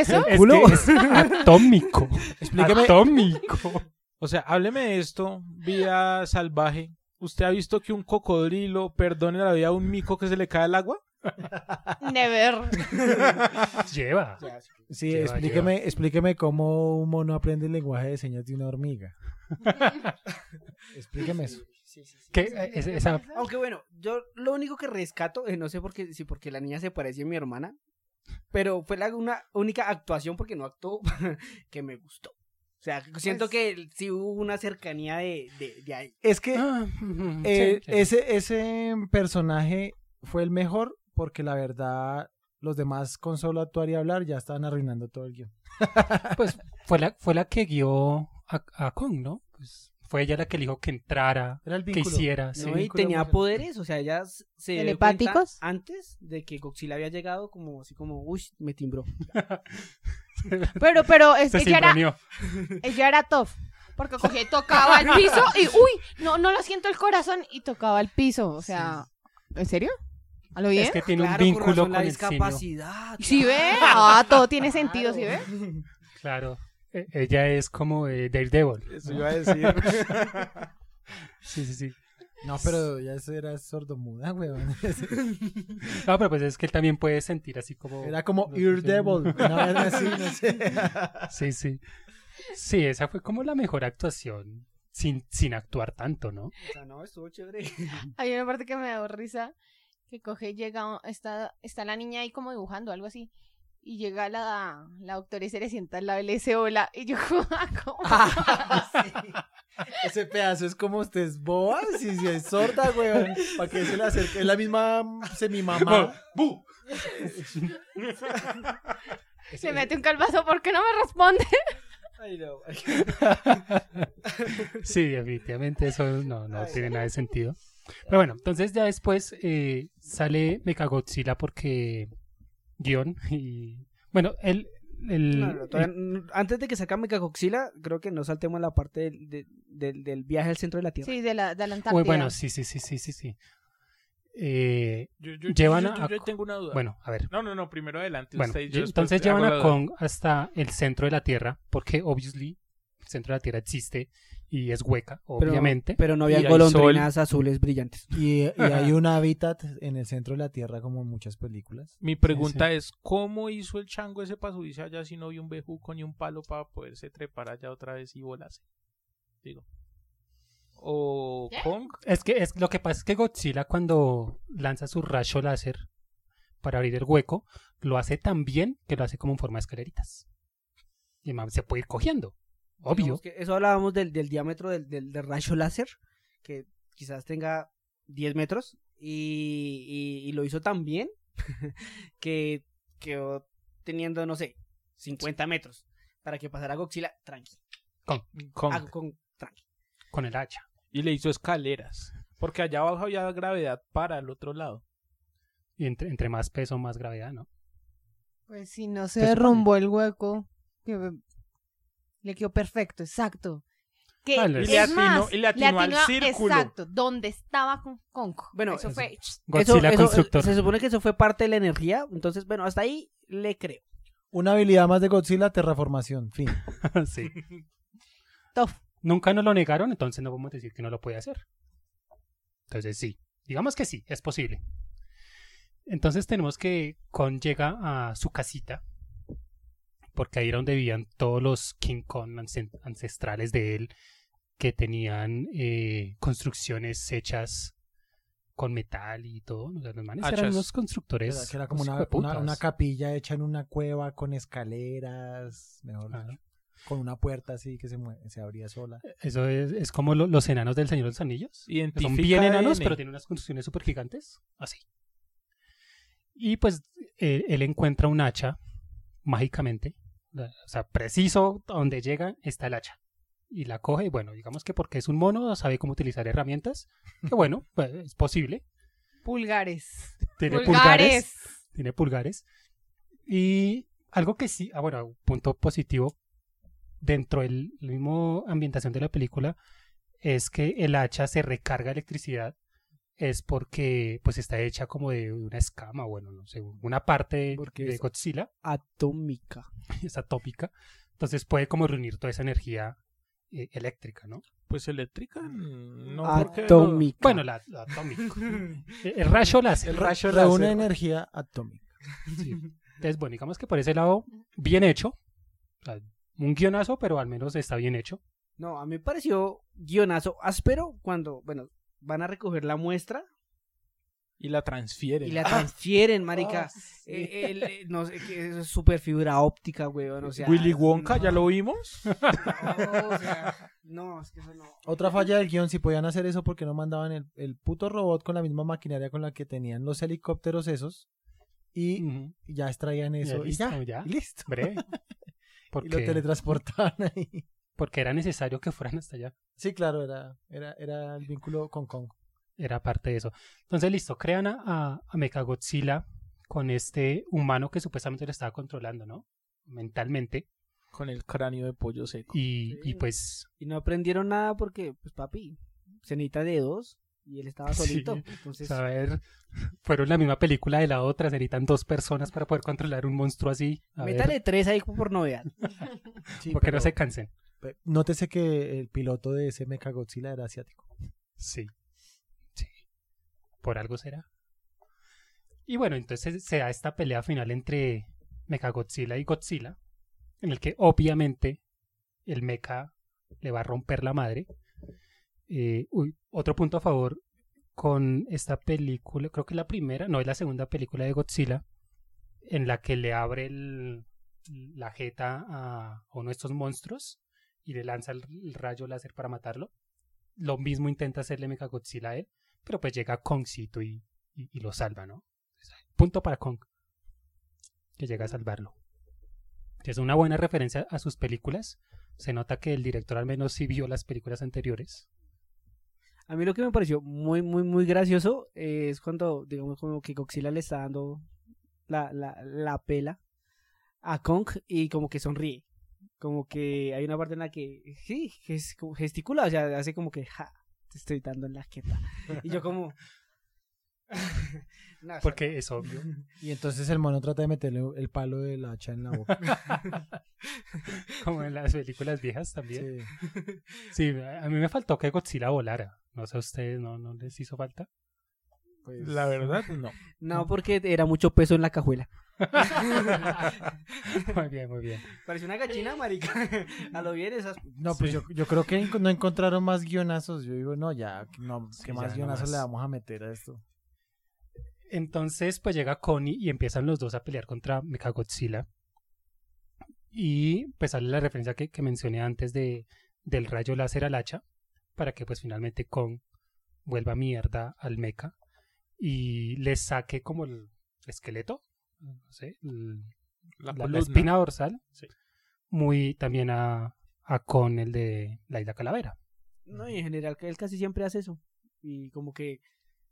S10: eso.
S9: Es,
S7: culo?
S9: que es atómico.
S8: Explíqueme-
S9: Atómico.
S8: O sea, hábleme de esto, vida salvaje. ¿Usted ha visto que un cocodrilo perdone la vida a un mico que se le cae el agua?
S10: Never.
S9: Lleva.
S7: Sí,
S9: Lleva,
S7: explíqueme, explíqueme cómo un mono aprende el lenguaje de señas de una hormiga. explíqueme eso.
S6: Sí, sí, sí.
S9: Que, eh, es- esa,
S6: Aunque bueno, yo lo único que rescato, eh, no sé por qué, si porque la niña se parece a mi hermana, pero fue la una única actuación porque no actuó que me gustó. O sea,
S9: Pues
S6: siento que sí hubo una cercanía de, de, de ahí.
S7: Es
S9: Ah,
S7: que eh,
S9: eh, es-
S7: ese, ese personaje fue el mejor porque la verdad los demás con solo actuar y hablar ya estaban arruinando todo el guión.
S9: pues, fue, la, fue la que guió a, a Kong, ¿no? Pues, fue ella la que le dijo que entrara,
S7: Era el
S9: que
S7: vínculo.
S9: hiciera. Ah, sí.
S6: ¿no? y
S7: vínculo
S6: tenía
S7: emocional.
S6: poderes, o sea, ella s- se dio cuenta
S10: ¿Telepáticos?
S6: antes de que Godzilla había llegado como así como, uy, me timbró.
S10: Pero, pero es,
S9: Se
S10: ella, era,
S9: sincronió.
S10: ella era tough. Porque cogía y tocaba el piso y uy, no, no lo siento el corazón y tocaba el piso. O sea, ¿en serio? ¿A lo bien?
S9: Es que tiene
S6: Claro,
S9: un
S6: con
S9: vínculo
S6: razón,
S9: con,
S6: la
S9: el simio.
S6: discapacidad.
S10: ¿Sí ve?
S6: claro.
S10: Ah, todo tiene sentido, ¿sí ve?
S6: Claro.
S9: Claro. Eh, Ella es como eh, Daredevil.
S8: Eso iba a decir.
S9: Sí, sí, sí.
S7: No, pero ya eso era sordomuda, weón.
S9: No, pero pues es que él también puede sentir así como.
S7: Era como
S9: Oh, no sé,
S7: Ear
S9: sí.
S7: Devil. una vaina así, no sé.
S9: Sí, sí. Sí, esa fue como la mejor actuación. Sin, sin actuar tanto, ¿no?
S6: O sea, no, estuvo chévere.
S10: Hay una parte que me da risa que coge y llega, está, está la niña ahí como dibujando algo así. Y llega la, la doctora y se le sienta al lado y le dice hola. Y yo, ¿cómo?
S7: Ah, Ese pedazo es como usted es boba, si, si es sorda, weón. Para que se le acerque. Es la misma semimamá.
S10: se mete un calvazo, ¿por qué no me responde?
S9: Sí, definitivamente eso no, no tiene nada de sentido. Pero bueno, entonces ya después eh, sale Mechagodzilla porque guión y... Bueno, el... el-
S6: No, no, todavía n- antes de que saca Mechagodzilla, creo que no saltemos la parte del, de- del- del viaje al centro de la Tierra.
S10: Sí, de la, de la
S9: Uy,
S10: Antártida.
S9: bueno, sí, sí, sí, sí, sí, sí. Eh,
S8: Yo,
S9: Llevan a-
S8: tengo una duda.
S9: bueno, a ver.
S8: No, no, no, primero adelante.
S9: Bueno,
S8: usted y yo
S9: lle-
S8: después
S9: entonces
S8: hago
S9: llevan
S8: la
S9: a
S8: duda.
S9: Kong hasta el centro de la Tierra, porque obviously el centro de la Tierra existe y es hueca,
S6: Pero-
S9: obviamente.
S6: Pero no
S8: Y
S6: había
S8: hay sol.
S6: golondrinas azules brillantes.
S7: Y, y hay un hábitat en el centro de la Tierra, como en muchas películas.
S8: Mi pregunta es, ¿cómo hizo el chango ese para subirse allá si no vio un bejuco ni un palo para poderse trepar allá otra vez y volarse? Digo. O
S10: ¿Qué?
S8: Kong.
S9: Es que es lo que pasa es que Godzilla cuando lanza su rayo láser para abrir el hueco, lo hace tan bien que lo hace como en forma de escaleritas. Y el man se puede ir cogiendo, obvio.
S6: Digamos que eso hablábamos del, del diámetro del, del, del rayo láser, que quizás tenga 10 metros, y, y- y lo hizo tan bien que quedó teniendo, no sé, 50 metros para que pasara Godzilla tranqui.
S8: Kong.
S6: Ah, con tranqui.
S9: Con el hacha.
S8: Y le hizo escaleras. Porque allá abajo había gravedad para el otro lado.
S9: Y entre, entre más peso, más gravedad, ¿no?
S10: Pues si no se
S9: Se supone.
S10: derrumbó el hueco, que- le quedó perfecto, exacto. Que
S9: Vale.
S10: es
S9: Y le
S8: atinó-
S10: más,
S8: y le atinó al
S10: a-
S8: círculo.
S10: Exacto, donde estaba con Kong.
S6: Bueno,
S10: eso
S6: eso-
S10: fue.
S9: Godzilla
S6: Eso- eso-
S9: constructor.
S6: se supone que eso fue parte de la energía, entonces, bueno, hasta ahí le creo.
S7: Una habilidad más de Godzilla, terraformación. Fin.
S9: Sí.
S10: Tof.
S9: Nunca nos lo negaron, entonces no podemos decir que no lo puede hacer. Entonces sí, digamos que sí, es posible. Entonces tenemos que Kong llega a su casita, porque ahí era donde vivían todos los King Kong ancen- ancestrales de él, que tenían eh, construcciones hechas con metal y todo. O sea, los manes eran
S8: Hachas.
S9: unos constructores.
S7: Era- que era como
S9: unos
S7: una, una,
S9: hijueputas.
S7: una capilla hecha en una cueva con escaleras, mejor
S9: Claro.
S7: dicho, con una puerta así que se, mue- se abría sola.
S9: Eso es, es como lo- los enanos del Señor de los Anillos. que
S8: Identifica
S9: son bien enanos,
S8: ADN.
S9: pero tienen unas construcciones súper gigantes, así. Y pues eh, él encuentra un hacha, mágicamente, o sea, preciso a donde llega está el hacha. Y la coge, y bueno, digamos que porque es un mono, sabe cómo utilizar herramientas, que bueno, pues, es posible.
S10: Pulgares.
S9: Tiene pulgares
S10: Pulgares.
S9: tiene pulgares. Y algo que sí, ah, bueno, un punto positivo dentro del la mismo ambientación de la película es que el hacha se recarga electricidad. Es porque pues está hecha como de una escama, bueno, no sé, una parte
S6: Porque
S9: de
S6: es-
S9: Godzilla,
S6: Atómica.
S9: es atópica. Entonces puede como reunir toda esa energía eh, eléctrica, ¿no?
S8: Pues eléctrica. No,
S6: Ah,
S8: porque lo-
S6: Atómica.
S9: Bueno, la, la atómica. el, el rayo láser.
S8: El rayo
S7: Reúne
S8: láser.
S7: energía atómica.
S9: Sí. Entonces, bueno, digamos que por ese lado, bien hecho. O sea, un guionazo, pero al menos está bien hecho.
S6: No, a mí me pareció guionazo áspero cuando, bueno, van a recoger la muestra
S8: Y la transfiere.
S7: Ah.
S6: y la transfieren, marica. Eh, el- eh, no sé, que eso es super fibra óptica, weón. O sea,
S8: Willy Wonka,
S6: no,
S8: ya lo vimos.
S6: No, o sea, no, es que eso no.
S7: Otra falla del guión, si podían hacer eso, porque no mandaban el, el puto robot con la misma maquinaria con la que tenían los helicópteros esos? Y
S9: Ujú.
S7: ya extraían
S9: Y
S7: eso. Y
S9: listo, Mm. ya.
S7: ya, y listo.
S9: Breve.
S7: Y lo
S9: Porque,
S7: teletransportaban ahí.
S9: porque era necesario que fueran hasta allá.
S7: Sí, claro, era, era, era el vínculo con Kong.
S9: Era parte de eso. Entonces, listo, crean a, a, a Mechagodzilla con este humano que supuestamente lo estaba controlando, ¿no? Mentalmente.
S8: Con el cráneo de pollo seco.
S9: Y,
S6: Sí.
S9: y pues
S6: Y no aprendieron nada porque, pues, papi, cenita de dos y él estaba
S9: Sí.
S6: solito. Entonces,
S9: saber, fueron la misma película de la otra, se necesitan dos personas para poder controlar un monstruo así. A ver,
S6: métale tres ahí por novedad.
S7: Sí,
S9: porque no
S7: pero-
S9: se cansen.
S7: pe- Nótese que el piloto de ese Mechagodzilla era asiático.
S9: Sí. Sí. Por algo será. Y bueno, entonces se da esta pelea final entre Mechagodzilla y Godzilla, en el que obviamente el Mecha le va a romper la madre. Eh, uy, otro punto a favor con esta película, creo que es la primera, no es la segunda película de Godzilla, en la que le abre el- la jeta a uno de estos monstruos y le lanza el- el rayo láser para matarlo lo mismo intenta hacerle Mechagodzilla a él, pero pues llega Kongcito y, y, y lo salva, ¿no? Punto para Kong, que llega a salvarlo. Es una buena referencia a sus películas. Se nota que el director al menos sí vio las películas anteriores.
S6: A mí lo que me pareció muy, muy, muy gracioso eh, es cuando, digamos, como que Godzilla le está dando la, la, la pela a Kong y como que sonríe. Como que hay una parte en la que, sí, ges- como gesticula, o sea, hace como que, ja, te estoy dando en la jeta. Y yo como... No, o sea,
S9: Porque es obvio.
S7: Y entonces el mono trata de meterle el palo del hacha en la boca.
S9: Como en las películas viejas también. Sí,
S7: Sí.
S9: a a mí me faltó que Godzilla volara. No sé a ustedes, ¿no, no les hizo falta?
S7: Pues,
S8: La verdad, no.
S6: no, porque era mucho peso en la cajuela.
S9: muy bien, muy bien.
S6: Parece una gallina, marica. A lo bien esas...
S7: No, pues yo, yo creo que enco- no encontraron más guionazos. Yo digo, no, ya, no,
S9: Sí,
S7: ¿qué
S9: ya,
S7: más
S9: no
S7: guionazos
S9: más.
S7: le vamos a meter a esto?
S9: Entonces, pues llega Connie y empiezan los dos a pelear contra Mechagodzilla. Y pues sale la referencia que, que mencioné antes de, del rayo láser al hacha, para que pues finalmente Kong vuelva mierda al mecha y le saque como el esqueleto, no sé, el-
S8: La,
S9: la, la
S8: columna.
S9: espina dorsal.
S8: Sí.
S9: Muy también a, a Kong, el de la isla calavera.
S6: No, y en general que él casi siempre hace eso. Y como que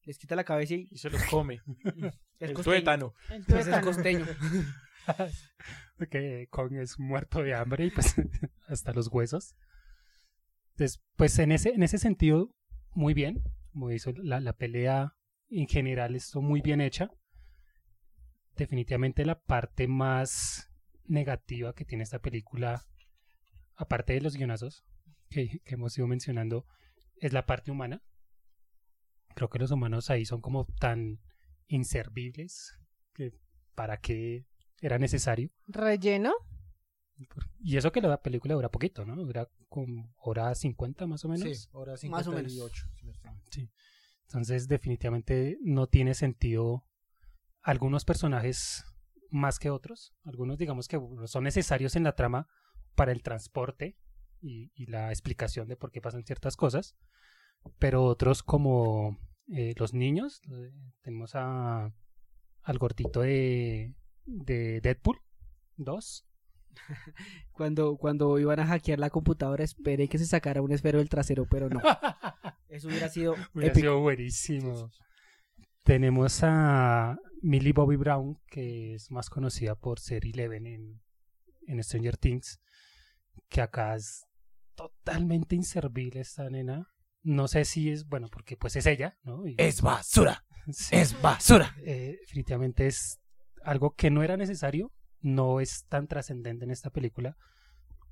S6: les quita la cabeza y...
S8: Y se los come.
S6: es
S8: el
S6: costeño.
S8: tuétano.
S10: El
S6: Entonces es
S10: tuétano.
S6: costeño.
S9: Porque Kong es muerto de hambre y pues hasta los huesos. Entonces, pues en ese, en ese sentido, muy bien. Como hizo la, la pelea en general estuvo muy bien hecha. Definitivamente la parte más negativa que tiene esta película, aparte de los guionazos que, que hemos ido mencionando, es la parte humana. Creo que los humanos ahí son como tan inservibles que para qué era necesario
S10: Relleno.
S9: Y eso que la película dura poquito, ¿no? Dura como hora 50 más o menos.
S7: Sí, hora
S6: Más o menos.
S7: 58. si no estoy mal.
S9: Entonces, definitivamente no tiene sentido algunos personajes más que otros. Algunos, digamos que bueno, son necesarios en la trama para el transporte y, y la explicación de por qué pasan ciertas cosas. Pero otros, como eh, los niños, eh, tenemos a, al gordito de, de Deadpool 2.
S6: Cuando, cuando iban a hackear la computadora, esperé que se sacara un esfero del trasero, pero no. Eso hubiera sido
S9: Hubiera
S6: épico.
S9: sido buenísimo. Tenemos a Millie Bobby Brown, que es más conocida por ser Eleven en, en Stranger Things, que acá es totalmente inservible esta nena. No sé si es, bueno, porque pues es ella, ¿no? Y-
S7: Es basura,
S9: sí.
S7: es basura.
S9: Eh, definitivamente es algo que no era necesario, no es tan trascendente en esta película.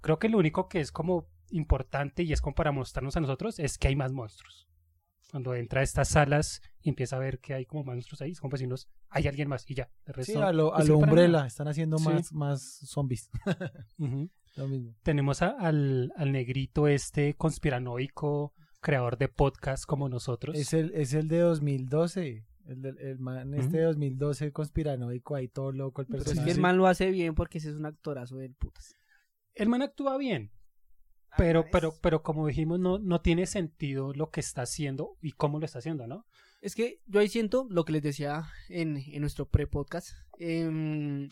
S9: Creo que lo único que es como importante y es como para mostrarnos a nosotros es que hay más monstruos. Cuando entra a estas salas y empieza a ver que hay como monstruos ahí, es como para decirnos, hay alguien más y ya. De resto,
S7: Sí, a lo,
S9: no
S7: a lo
S9: sirve para
S7: umbrella,
S9: nada.
S7: están haciendo
S9: Sí.
S7: más, más zombies.
S9: Ujú.
S7: Lo mismo.
S9: Tenemos a- al, al negrito este conspiranoico, creador de podcast como nosotros.
S7: Es el, es el de 2012. El, del- el man este de 2012 conspiranoico ahí todo loco el
S6: Pero es que
S7: personaje.
S6: el man lo hace bien porque ese es un actorazo del putas.
S9: el man actúa bien. Ah, Pero, pero, pero como dijimos, no, no tiene sentido lo que está haciendo y cómo lo está haciendo, ¿no?
S6: Es que yo ahí siento lo que les decía en, en nuestro pre-podcast, em,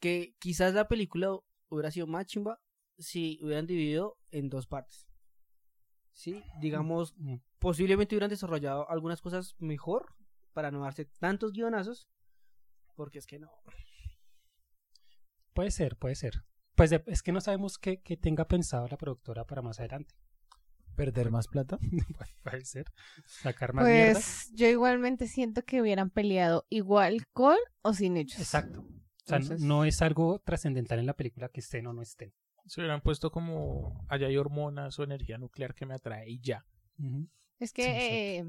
S6: que quizás la película hubiera sido más chimba si hubieran dividido en dos partes. Sí, digamos,
S9: Mm.
S6: posiblemente hubieran desarrollado algunas cosas mejor para no darse tantos guionazos, porque es que no.
S9: Puede ser, puede ser. Pues de- es que no sabemos qué, qué tenga pensado la productora para más adelante.
S7: Perder más plata.
S9: Puede ser. Sacar más mierda.
S10: Pues yo igualmente siento que hubieran peleado igual con o sin ellos.
S9: Exacto. O sea,
S6: Entonces-
S9: no es algo trascendental en la película que estén o no estén.
S8: Se hubieran puesto como allá hay hormonas o energía nuclear que me atrae y ya.
S10: Es que
S9: Sí,
S10: eh,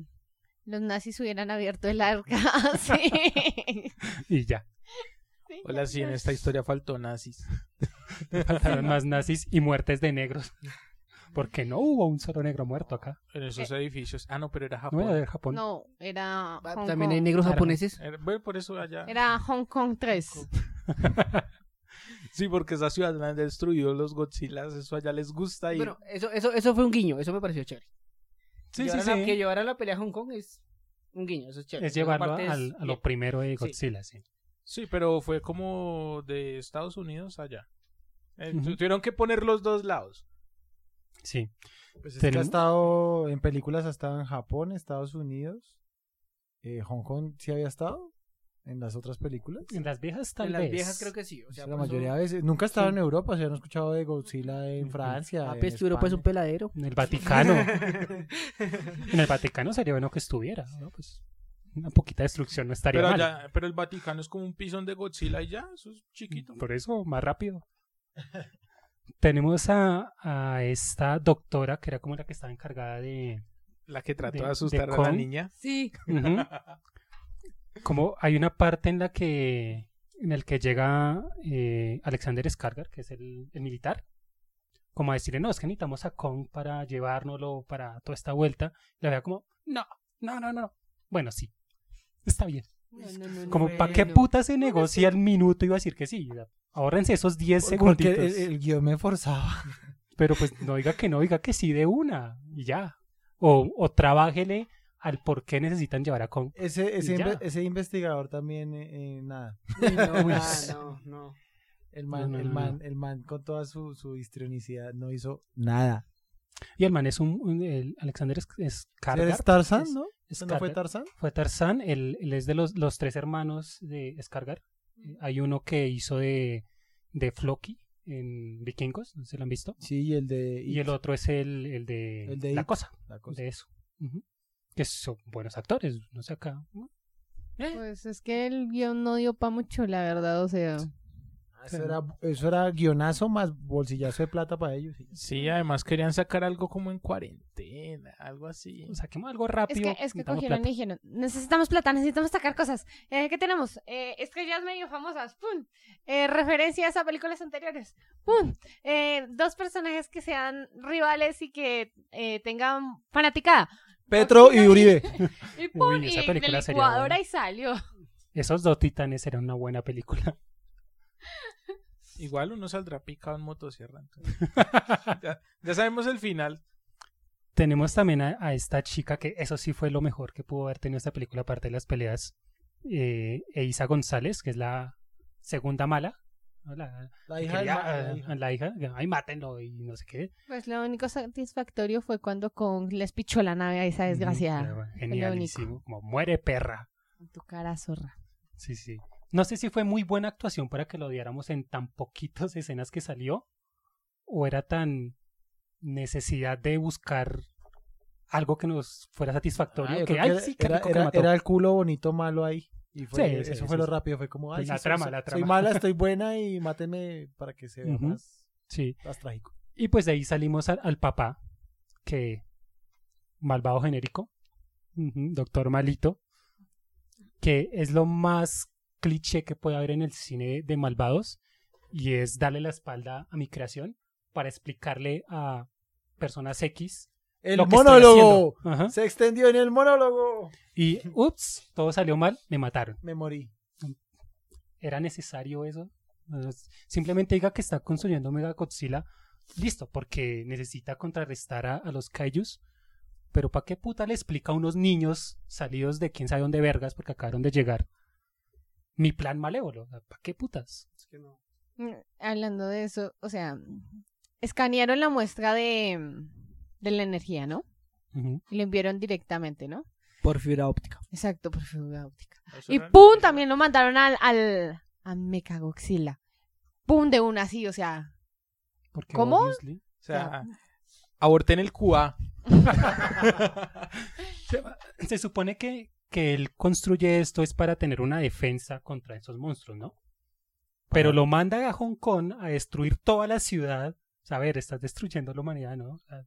S10: los nazis hubieran abierto el arca así.
S9: Y ya.
S8: Hola, sí, en esta historia faltó nazis.
S9: Faltaron más nazis y muertes de negros. Porque no hubo un solo negro muerto acá.
S8: En
S7: Eh.
S8: esos edificios. Ah, no, pero era
S9: No
S8: Japón.
S9: era de Japón.
S10: No, era Hong
S6: También hay
S10: Kong.
S6: negros
S9: Claro.
S6: japoneses.
S8: Era- bueno, por eso allá.
S10: Era Hong Kong 3.
S8: Sí, porque esa ciudad la han destruido los Godzillas. Eso allá les gusta. Y...
S6: Bueno, eso, eso, eso fue un guiño, eso me pareció chévere.
S9: sí, sí,
S6: Llevar a la-
S9: sí.
S6: Que llevara la pelea a Hong Kong es un guiño, eso es chévere.
S9: Es llevarlo
S6: Aparte es-
S9: al- a lo primero de Godzilla, sí.
S8: Sí, pero fue como de Estados Unidos allá. Eh,
S9: Ujú.
S8: tu- Tuvieron que poner los dos lados.
S9: Sí.
S7: Pues es que ha
S9: Tenemos-
S7: estado en películas, ha estado en Japón, Estados Unidos. Eh, Hong Kong sí había estado en las otras películas.
S9: En las viejas tal
S6: en las
S9: vez.
S6: viejas creo que sí. O sea,
S7: la
S6: por eso-
S7: mayoría de veces. Nunca estaba
S9: Sí.
S7: en Europa, se han escuchado de Godzilla en
S9: Ujú.
S7: Francia.
S6: Ah,
S7: en
S6: pues, Europa es un
S7: España.
S6: peladero.
S9: En el Vaticano. en el Vaticano sería bueno que estuviera, ¿no? Pues una poquita destrucción no estaría
S8: Pero,
S9: mal.
S8: allá, pero el Vaticano es como un pisón de Godzilla y ya, eso es chiquito.
S9: Mm, Por eso, más rápido. Tenemos a, a esta doctora, que era como la que estaba encargada de...
S8: La que trató
S9: De-
S8: de,
S9: de
S8: asustar a la
S9: Kong.
S8: niña.
S10: Sí.
S9: Ujú. Como hay una parte en la que... En el que llega eh, Alexander Skargar, que es el, el militar, como a decirle, no, es que necesitamos a Kong para llevárnoslo para toda esta vuelta. Y la vea como, no, no, no, no, no. Bueno, sí, está bien. Como, ¿para qué puta se negocia el minuto? Iba a decir que sí. o sea, Ahórrense esos 10
S7: Porque
S9: segunditos.
S7: el, el guión me forzaba.
S9: Pero pues no diga que no, diga que sí de una. Y ya. O, o trabájele al por qué necesitan llevar a Kong.
S7: Ese, ese,
S9: Y ya.
S7: inve- ese investigador también, eh, eh, nada.
S6: Uy, no,
S9: Uy.
S6: ah, no, no.
S7: El man,
S9: No, no,
S7: el
S9: no,
S7: man, el man con toda su, su histrionicidad no hizo nada.
S9: Y el man es un... un- el Alexander Sk- Skarsgård.
S7: ¿Eres Tarzan,
S9: Es-
S7: no? ¿Eso ¿No fue
S9: Skarsgård.
S7: Tarzan?
S9: Fue Tarzán. Él, él es de los, los tres hermanos de Skargar. Eh, Hay uno que hizo de, de Floki en Vikingos. No sé si lo han visto.
S7: Sí, y el de...
S9: Y el otro es el, el de,
S7: El de
S9: La
S7: It.
S9: Cosa.
S7: la cosa.
S9: de eso. Ujú. Que son buenos actores, no sé acá. ¿no?
S10: Pues es que el guión no dio pa' mucho, la verdad, o sea.
S7: Ah, Eso era, eso era guionazo más bolsillazo de plata para ellos. sí.
S8: Sí, además querían sacar algo como en cuarentena, algo así.
S9: Saquemos algo
S10: Es
S9: rápido.
S10: que, es que
S9: metamos
S10: cogieron y
S9: plata.
S10: dijeron, necesitamos plata, necesitamos sacar cosas. Eh, ¿Qué tenemos? Eh, estrellas medio famosas, ¡pum! Eh, referencias a películas anteriores, ¡pum! Eh, dos personajes que sean rivales y que eh, tengan fanaticada.
S7: Petro y
S10: Coquina
S7: Uribe.
S10: Y ¡pum!
S9: Uy, esa
S10: y de
S9: película sería
S10: licuadora
S9: buena.
S10: y salió.
S9: Esos dos titanes eran una buena película.
S8: Igual uno saldrá picado en motosierra. entonces. ya, ya sabemos el final.
S9: Tenemos también a, a esta chica que eso sí fue lo mejor que pudo haber tenido esta película aparte de las peleas. Eh, Eiza González, que es la segunda mala. ¿no? La,
S7: La
S9: que
S7: hija del
S9: quería,
S7: ma- la
S9: ah,
S7: hija.
S9: la hija, ay, mátenlo y no sé qué.
S10: Pues lo único satisfactorio fue cuando con les pichó la nave a
S9: Mm,
S10: esa
S9: Pero
S10: desgraciada.
S9: bueno, Genialísimo. Como muere perra.
S10: En tu cara, zorra.
S9: Sí, sí. No sé si fue muy buena actuación para que lo odiáramos en tan poquitas escenas que salió, o era tan necesidad de buscar algo que nos fuera satisfactorio.
S7: Ah, yo
S9: que,
S7: creo
S9: ay,
S7: que era-
S9: sí, qué
S7: era,
S9: rico que
S7: era-
S9: mató.
S7: era el culo bonito malo ahí. Y fue-
S9: Sí, sí,
S7: eso
S9: sí,
S7: fue lo
S9: sí.
S7: rápido, fue como, ay,
S9: Pues la
S7: sí,
S9: trama,
S7: soy,
S9: la
S7: soy
S9: trama.
S7: mala, estoy buena y mátenme para que se vea
S9: Ujú.
S7: más,
S9: Sí.
S7: más trágico.
S9: Y pues de ahí salimos al, al papá, que malvado genérico, ujú, doctor malito, que es lo más cliché que puede haber en el cine de malvados, y es darle la espalda a mi creación para explicarle a personas X
S7: El
S9: lo que estoy
S7: monólogo.
S9: haciendo. Ajá.
S7: Se extendió en el monólogo.
S9: Y ups, todo salió mal, me mataron.
S7: Me morí.
S9: ¿Era necesario eso? No, es- Simplemente diga que está construyendo Mega Godzilla. Listo, porque necesita contrarrestar a, a los kaijus. Pero ¿para qué puta le explica a unos niños salidos de quién sabe dónde vergas porque acabaron de llegar? Mi plan malévolo. ¿Para qué putas?
S10: Mm, Hablando de eso, o sea, escanearon la muestra de, de la energía, ¿no?
S9: Ujú.
S10: Y lo enviaron directamente, ¿no?
S6: por fibra óptica.
S10: Exacto, por fibra óptica.
S8: Eso
S10: Y
S8: era-
S10: ¡pum! También lo mandaron al, al a Mecagoxila. ¡Pum! De una así, o sea.
S9: Porque
S10: ¿Cómo?
S9: obviously-
S8: O sea, aborten el QA.
S9: Se supone que, que él construye esto es para tener una defensa contra esos monstruos, ¿no? Pero lo manda a Hong Kong a destruir toda la ciudad. O sea, a ver, estás destruyendo la humanidad, ¿no? O sea,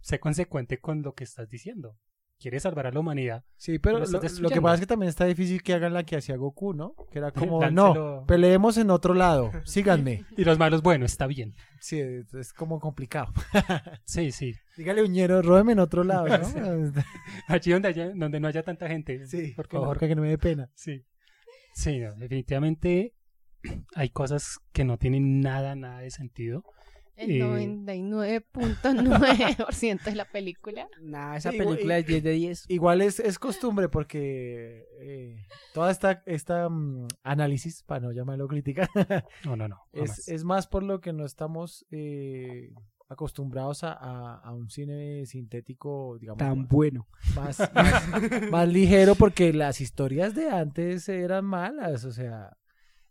S9: sé consecuente con lo que estás diciendo. Quieres salvar a la humanidad.
S7: Sí, pero
S9: Lo
S7: lo,
S9: estás
S7: lo que
S9: destruyendo.
S7: pasa es que también está difícil que hagan la que hacía Goku, ¿no? Que era como, no,
S9: Dánselo.
S7: peleemos en otro lado, síganme.
S9: Y los malos, bueno, está bien.
S7: Sí, es es como complicado.
S9: Sí, sí.
S7: Dígale, uñero, ródeme en otro lado, ¿no?
S9: Allí donde, haya- donde no haya tanta gente.
S7: sí,
S9: por
S7: por
S9: favor.
S7: que no me dé pena.
S9: Sí. Sí, no, definitivamente hay cosas que no tienen nada, nada de sentido.
S10: El
S9: Eh.
S10: 99.9% de la película.
S6: Nah, esa
S7: Sí, güey.
S6: película es 10 de 10.
S7: Igual es, es costumbre porque eh, toda esta, esta mm, análisis, para no llamarlo crítica,
S9: No, no, no. jamás.
S7: es, es más por lo que no estamos eh, acostumbrados a, a- a un cine sintético, digamos,
S6: Tan bueno.
S7: más, más- más ligero porque las historias de antes eran malas, o sea,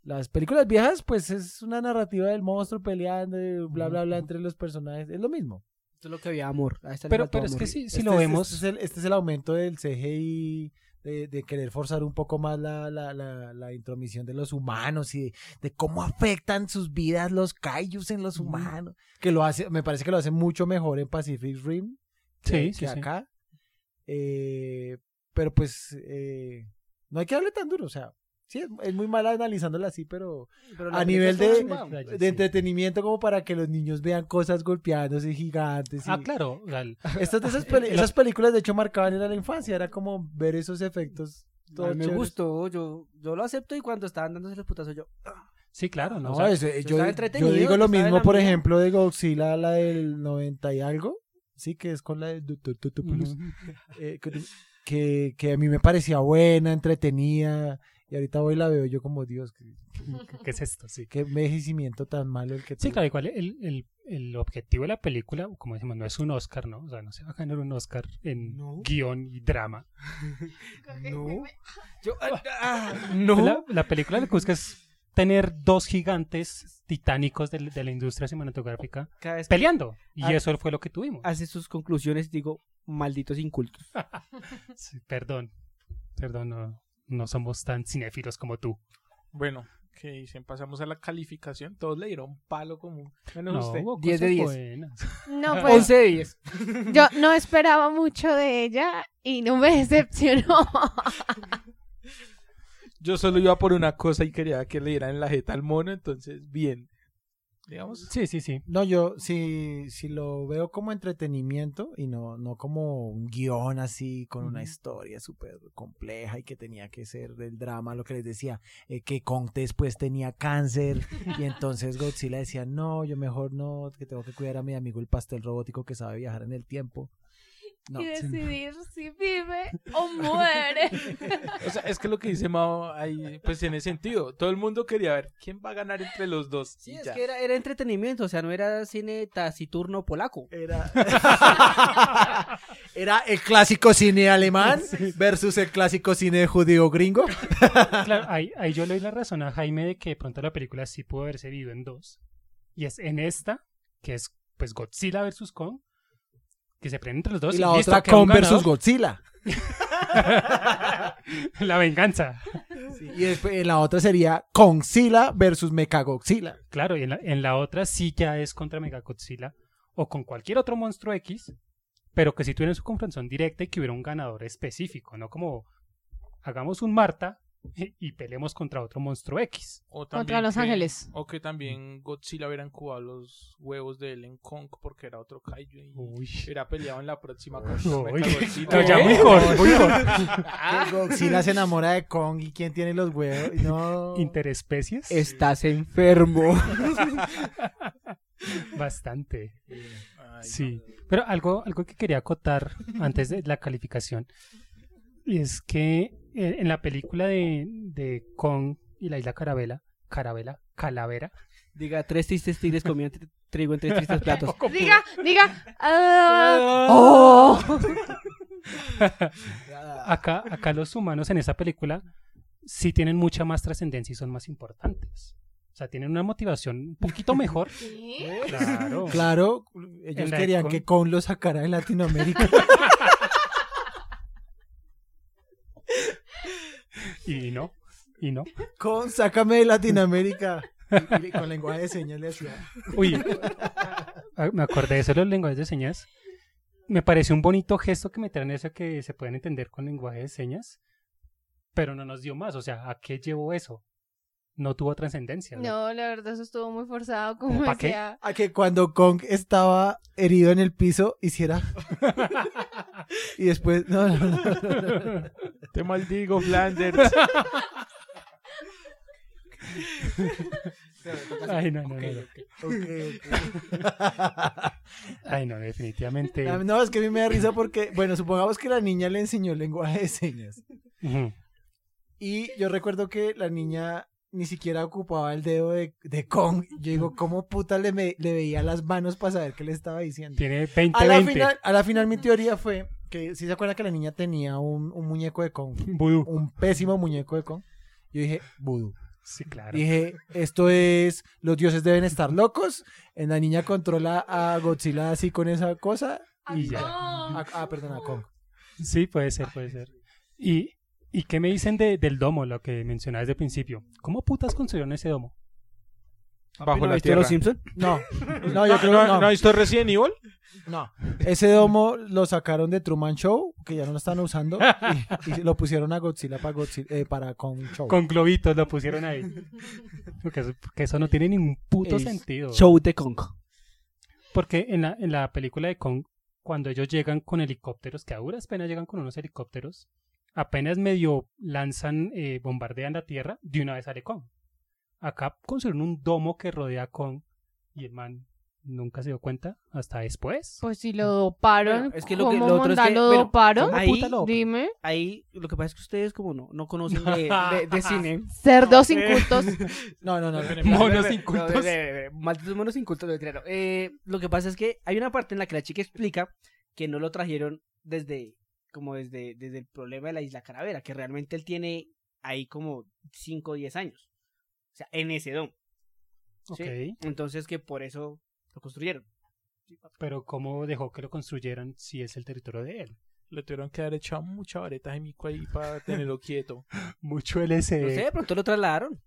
S7: las películas viejas pues es una narrativa del monstruo peleando, y bla, bla, bla, entre los personajes, es lo mismo.
S6: Esto es lo que había amor. A esta le
S9: Pero,
S6: faltó
S9: pero es que
S6: amor.
S9: si, si
S7: Este
S9: lo
S7: es-
S9: vemos,
S7: Este es el, este es el aumento del CGI. De, de querer forzar un poco más la, la, la- la intromisión de los humanos y de, de cómo afectan sus vidas los kaijus en los humanos. Que lo hace, me parece que lo hace mucho mejor en Pacific Rim que,
S9: Sí, sí,
S7: que
S9: sí.
S7: acá. Eh, pero pues eh, no hay que darle tan duro, o sea, sí, es, es muy mal analizándola así, pero
S6: Pero la película
S7: a nivel
S6: está
S7: de,
S6: chimba.
S9: Detalle, sí.
S7: de entretenimiento como para que los niños vean cosas golpeándose gigantes.
S9: Ah,
S7: y-
S9: claro. o sea, el-
S7: estas de esas, peli- esas películas, de hecho, marcaban era la infancia. Era como ver esos
S6: A
S7: efectos.
S6: mí
S7: todos
S6: me
S7: chéveres.
S6: gustó, yo, yo lo acepto y cuando estaban dándose los putazos yo,
S9: Sí, claro, ¿no?
S7: No,
S9: O sea,
S7: eso, eh, yo,
S6: estaba
S7: yo
S6: entretenido,
S7: digo
S6: estaba
S7: lo
S6: en
S7: mismo,
S6: la
S7: por
S6: mía.
S7: ejemplo, de Godzilla, la del 90 y algo. Sí, que es con la de... Tututupulus,
S9: ujú.
S7: eh, que- que, que a mí me parecía buena, entretenida. Y ahorita voy y la veo yo como, Dios, qué,
S9: ¿Qué es esto? Sí.
S7: qué envejecimiento tan malo el que
S9: Sí,
S7: tuvo.
S9: claro, igual el, el, el objetivo de la película, como decimos, no es un Oscar, ¿no? O sea, no se va a ganar un Oscar en
S6: No.
S9: guión y drama.
S6: no, yo,
S8: ah,
S9: Pues La, la película lo que busca es tener dos gigantes titánicos del- de, la industria cinematográfica
S6: cada vez que
S9: peleando. Y
S6: Ah.
S9: eso fue lo que tuvimos.
S6: hace sus conclusiones digo, malditos incultos.
S9: Sí, perdón, perdón, no, no somos tan cinéfilos como tú.
S8: Bueno, que dicen, pasamos a la calificación, todos le dieron palo como, menos usted.
S9: hubo
S6: 10 de
S9: cosas
S6: 10.
S9: buenas.
S10: No,
S9: Ah.
S10: pues
S6: 11 de 10.
S10: yo no esperaba mucho de ella y no me decepcionó.
S8: Yo solo iba por una cosa y quería que le dieran en la jeta al mono, entonces, bien. Digamos,
S9: Sí, sí, sí.
S7: No, yo si, si lo veo como entretenimiento y no, no como un guión así con una historia súper compleja y que tenía que ser del drama, lo que les decía, eh, que Kong después tenía cáncer y entonces Godzilla decía, no, yo mejor no, que tengo que cuidar a mi amigo el pastel robótico que sabe viajar en el tiempo. No,
S10: y
S7: sí, no.
S10: decidir si vive o muere.
S8: o sea, es que lo que dice Mao ahí, pues tiene sentido. Todo el mundo quería ver quién va a ganar entre los dos.
S6: Sí,
S8: y
S6: es
S8: ya.
S6: que era, era entretenimiento, o sea, no era cine taciturno polaco.
S7: Era... Era el clásico cine alemán versus el clásico cine judío gringo.
S9: Claro, ahí, ahí yo le doy la razón a Jaime de que de pronto la película sí pudo haberse vivido en dos. Y es en esta, que es pues Godzilla versus Kong, que se prenden entre los dos.
S7: Y la
S9: listo,
S7: otra
S9: queda un
S7: Kong versus
S9: ganador.
S7: Godzilla.
S9: la venganza.
S7: Y después, en la otra sería Kongzilla versus Mechagodzilla.
S9: Claro, y en la, en la otra sí ya es contra Megagodzilla o con cualquier otro monstruo X, pero que si tuvieran su confrontación directa y que hubiera un ganador específico, no como hagamos un Marta y, y peleemos contra otro monstruo X.
S8: O
S10: Contra Los
S8: que-
S10: Ángeles.
S8: O que también Godzilla hubiera incubado los huevos de él en Kong porque era otro kaiju y
S9: Uy.
S8: hubiera peleado en la próxima con
S9: Uy.
S8: Mechagodzilla.
S9: No, ya muy corto, muy corto. Ah.
S7: Que Godzilla se enamora de Kong y quién tiene los huevos. No.
S9: Interespecies.
S6: Estás enfermo.
S9: Bastante.
S8: Ay,
S9: Sí. Pero algo, algo que quería acotar antes de la calificación. Y es que eh, en la película de, de Kong y la isla Carabela, Carabela, Calavera.
S6: Diga, tres tristes tigres comían tr- trigo en tres tristes platos.
S10: diga, diga. ah,
S6: ¡Oh!
S9: acá, acá los humanos en esa película sí tienen mucha más trascendencia y son más importantes. O sea, tienen una motivación un poquito mejor.
S10: ¿qué?
S9: Claro.
S7: Claro, ellos
S9: En la de
S7: querían
S9: Kong.
S7: que Kong lo sacara de Latinoamérica.
S9: Y no, y no.
S7: Kong, sácame de Latinoamérica. Y- y con lenguaje de señas le hacía.
S9: Uy, ah, me acordé de eso de los lenguajes de señas. Me pareció un bonito gesto que metieran eso que se pueden entender con lenguaje de señas, pero no nos dio más. O sea, ¿a qué llevó eso? No tuvo trascendencia. ¿no?
S10: No, la verdad, eso estuvo muy forzado. Como
S9: ¿Para qué?
S10: decía.
S7: A que cuando Kong estaba herido en el piso, hiciera. y después. No, no, no, no, no.
S8: Te maldigo, Flanders.
S9: Ay, no, no, no, no.
S7: Ok, ok.
S9: Ay, no, definitivamente.
S7: Ah, No, es que a mí me da risa porque, bueno, supongamos que la niña le enseñó lenguaje de señas.
S9: Ujú.
S7: Y yo recuerdo que la niña ni siquiera ocupaba el dedo de, de Kong. Yo digo, ¿cómo puta le, me- le veía las manos para saber qué le estaba diciendo?
S9: Tiene
S7: A la,
S9: 20-20.
S7: final, a la final mi teoría fue que, si se acuerda que la niña tenía un, un muñeco de Kong?
S9: Vudú.
S7: Un pésimo muñeco de Kong. Yo dije, vudú.
S9: Sí, claro.
S7: Dije, esto es, los dioses deben estar locos. En la niña controla a Godzilla así con esa cosa.
S9: Y ya.
S7: Ah, ah, perdón, a Kong.
S9: Sí, puede ser, puede ser. ¿Y, y qué me dicen de- del domo, lo que mencionaba desde el principio? ¿Cómo putas construyeron ese domo?
S8: Bajo
S6: ¿No
S8: la
S6: viste
S8: tierra.
S6: los Simpson?
S7: No, no, yo creo
S8: ¿No,
S7: no,
S8: ¿No has visto Resident Evil?
S7: no. Ese domo lo sacaron de Truman Show, que ya no lo están usando, y, y lo pusieron a Godzilla para Godzilla, eh, para Kong Show.
S9: Con globitos lo pusieron ahí. Porque eso, porque eso no tiene ningún puto
S6: Es
S9: sentido.
S6: Show de Kong.
S9: Porque en la, en la película de Kong, cuando ellos llegan con helicópteros, que a duras penas llegan con unos helicópteros, apenas medio lanzan, eh, bombardean la tierra, de una vez sale Kong. Acá construyeron un domo que rodea a Kong y el man nunca se dio cuenta hasta después.
S10: Pues si lo doparon,
S6: Bueno, es que lo que-
S10: ¿cómo
S6: lo otro es
S10: Mondá
S6: que-
S10: lo
S6: bueno,
S10: doparon?
S6: ¿cómo Ahí- puta
S7: lo-
S10: Dime.
S6: Ahí lo que pasa es que ustedes como no, no conocen de, de- de cine.
S10: Cerdos
S6: Ah,
S10: incultos.
S7: No, no, no.
S9: Monos
S6: No,
S9: incultos.
S6: de- de- de- Malditos monos incultos. no, claro. Eh, lo que pasa es que hay una parte en la que la chica explica que no lo trajeron desde como desde, desde el problema de la isla Caravera, que realmente él tiene ahí como 5 o 10 años. O sea, en ese don. ¿sí?
S9: Ok.
S6: Entonces que por eso lo construyeron.
S9: Pero ¿cómo dejó que lo construyeran si es el territorio de él?
S8: Le tuvieron que haber echado mucha vareta de mico ahí para tenerlo quieto.
S9: Mucho
S6: No sé,
S9: LSD.
S6: de pronto lo trasladaron.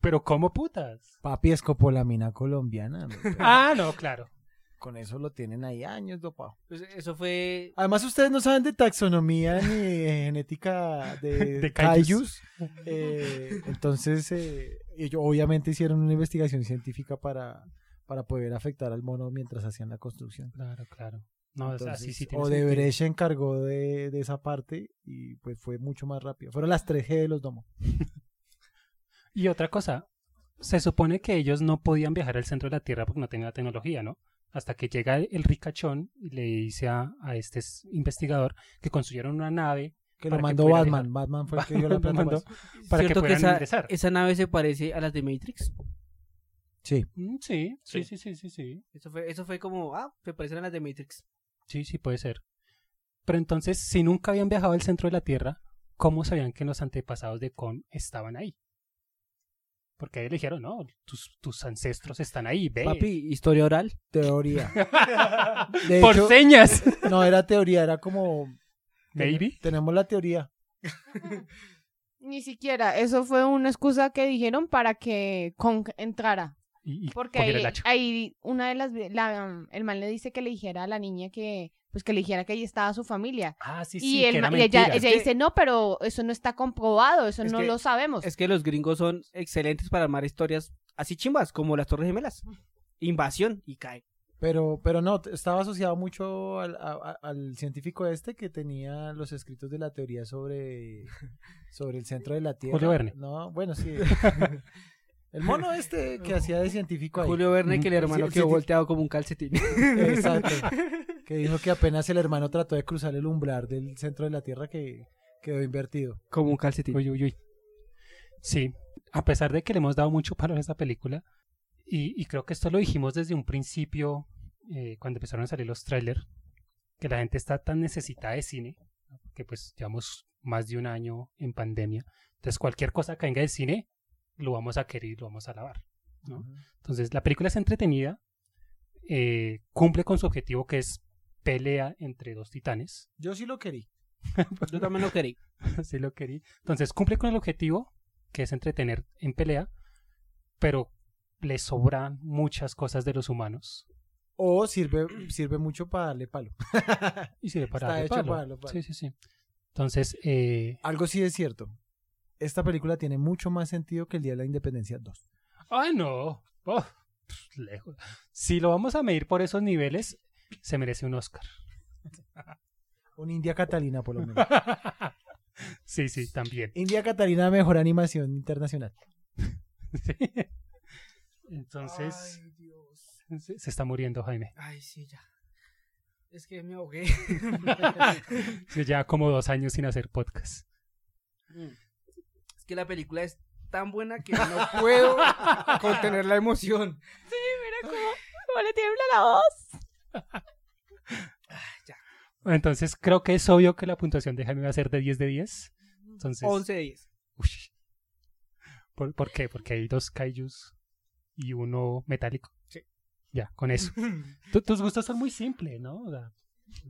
S9: Pero ¿cómo putas?
S7: Papi es copolamina colombiana. mi perro.
S9: Ah, no, claro.
S7: Con eso lo tienen ahí años, dopado.
S6: Pues eso fue.
S7: Además, ustedes no saben de taxonomía ni de genética de,
S9: De
S7: cayus.
S9: cayus.
S7: entonces, eh, ellos obviamente hicieron una investigación científica para, para poder afectar al mono mientras hacían la construcción.
S9: Claro, claro. No, es así
S7: Entonces,
S9: sí tiene sentido.
S7: Odebrecht se encargó de, de esa parte y pues fue mucho más rápido. Fueron las 3G de los domos.
S9: Y otra cosa, se supone que ellos no podían viajar al centro de la Tierra porque no tenían la tecnología, ¿no? Hasta que llega el, el ricachón y le dice a, a este s- investigador que construyeron una nave.
S7: Que
S9: Para
S7: lo
S9: que
S7: mandó
S9: pudiera
S7: Batman. Batman fue el que dio la
S9: Lo
S7: plata. pues.
S9: mandó.
S7: para eso.
S9: Para que
S6: cierto que
S9: puedan
S6: esa,
S9: ingresar.
S6: esa nave se parece a las de Matrix.
S7: Sí.
S9: Mm, Sí, sí, sí, sí, sí, sí.
S6: Eso fue, eso fue como, ah, se parecen a las de Matrix.
S9: Sí, sí, puede ser. Pero entonces, si nunca habían viajado al centro de la Tierra, ¿cómo sabían que los antepasados de Con estaban ahí? Porque ahí le dijeron, no, tus, tus ancestros están ahí, ve.
S6: Papi, historia oral.
S7: Teoría. De
S9: Por
S7: hecho,
S9: señas.
S7: no era teoría, era como...
S9: Maybe.
S7: Tenemos la teoría.
S10: Ni siquiera. Eso fue una excusa que dijeron para que Kong entrara.
S9: Y, y
S10: Porque
S9: cogiera
S10: ahí,
S9: el hacha.
S10: ahí una de las... la, um, el man le dice que le dijera a la niña que... Pues que le dijera que ahí estaba su familia.
S9: Ah, sí,
S10: y
S9: sí,
S10: el
S9: que era
S10: ma- y ella,
S9: mentira.
S10: ella
S6: Es que-
S10: dice, no, pero eso no está comprobado, eso
S6: Es
S10: no
S6: que-
S10: lo sabemos.
S6: Es que los gringos son excelentes para armar historias así chimbas, como las Torres Gemelas. Invasión y cae.
S7: Pero, pero no, t- estaba asociado mucho al, a- a- al científico este que tenía los escritos de la teoría sobre, sobre el centro de la Tierra.
S9: Julio Verne.
S7: No, bueno, sí. El mono este que hacía de científico ahí.
S6: Julio Verne, que el
S7: Mm,
S6: hermano
S7: sí,
S6: quedó
S7: sí.
S6: volteado como un calcetín.
S7: Exacto. Que dijo que apenas el hermano trató de cruzar el umbral del centro de la Tierra que quedó invertido.
S6: como un calcetín.
S9: Uy, uy, uy. Sí, a pesar de que le hemos dado mucho valor a esta película, y, y creo que esto lo dijimos desde un principio, eh, cuando empezaron a salir los trailers, que la gente está tan necesitada de cine, que pues llevamos más de un año en pandemia. Entonces cualquier cosa que venga del cine, lo vamos a querer, y lo vamos a alabar. ¿no? Entonces la película es entretenida, eh, cumple con su objetivo que es pelea entre dos titanes.
S7: Yo sí lo quería.
S6: Yo también lo quería.
S9: Así lo quería. Entonces cumple con el objetivo, que es entretener en pelea, pero le sobran muchas cosas de los humanos.
S7: O sirve, sirve mucho para darle palo.
S9: Y sirve para
S7: Está
S9: darle
S7: hecho
S9: palo.
S7: para darle palo.
S9: Sí, sí, sí. Entonces, eh...
S7: Algo sí es cierto. Esta película tiene mucho más sentido que el Día de la Independencia 2.
S9: ¡ay no! Oh, pf, lejos. Si lo vamos a medir por esos niveles, se merece un Oscar.
S7: Un India Catalina, por lo menos.
S9: sí, sí, también.
S7: India Catalina, mejor animación internacional.
S9: Sí. Entonces,
S6: Ay, Dios.
S9: se se está muriendo Jaime.
S6: Ay, sí, ya. Es que me ahogué.
S9: Sí, Ya como dos años sin hacer podcast.
S6: es que la película es tan buena que no puedo contener la emoción.
S10: Mira cómo, cómo le tiembla la voz.
S9: Entonces creo que es obvio que la puntuación de Jaime va a ser de 10 de 10. Entonces,
S6: 11 de 10.
S9: uy. ¿Por, por qué? Porque hay dos kaijus y uno metálico.
S6: Sí.
S9: Ya, con eso. Tu- tus gustos son muy simples, ¿no? O sea,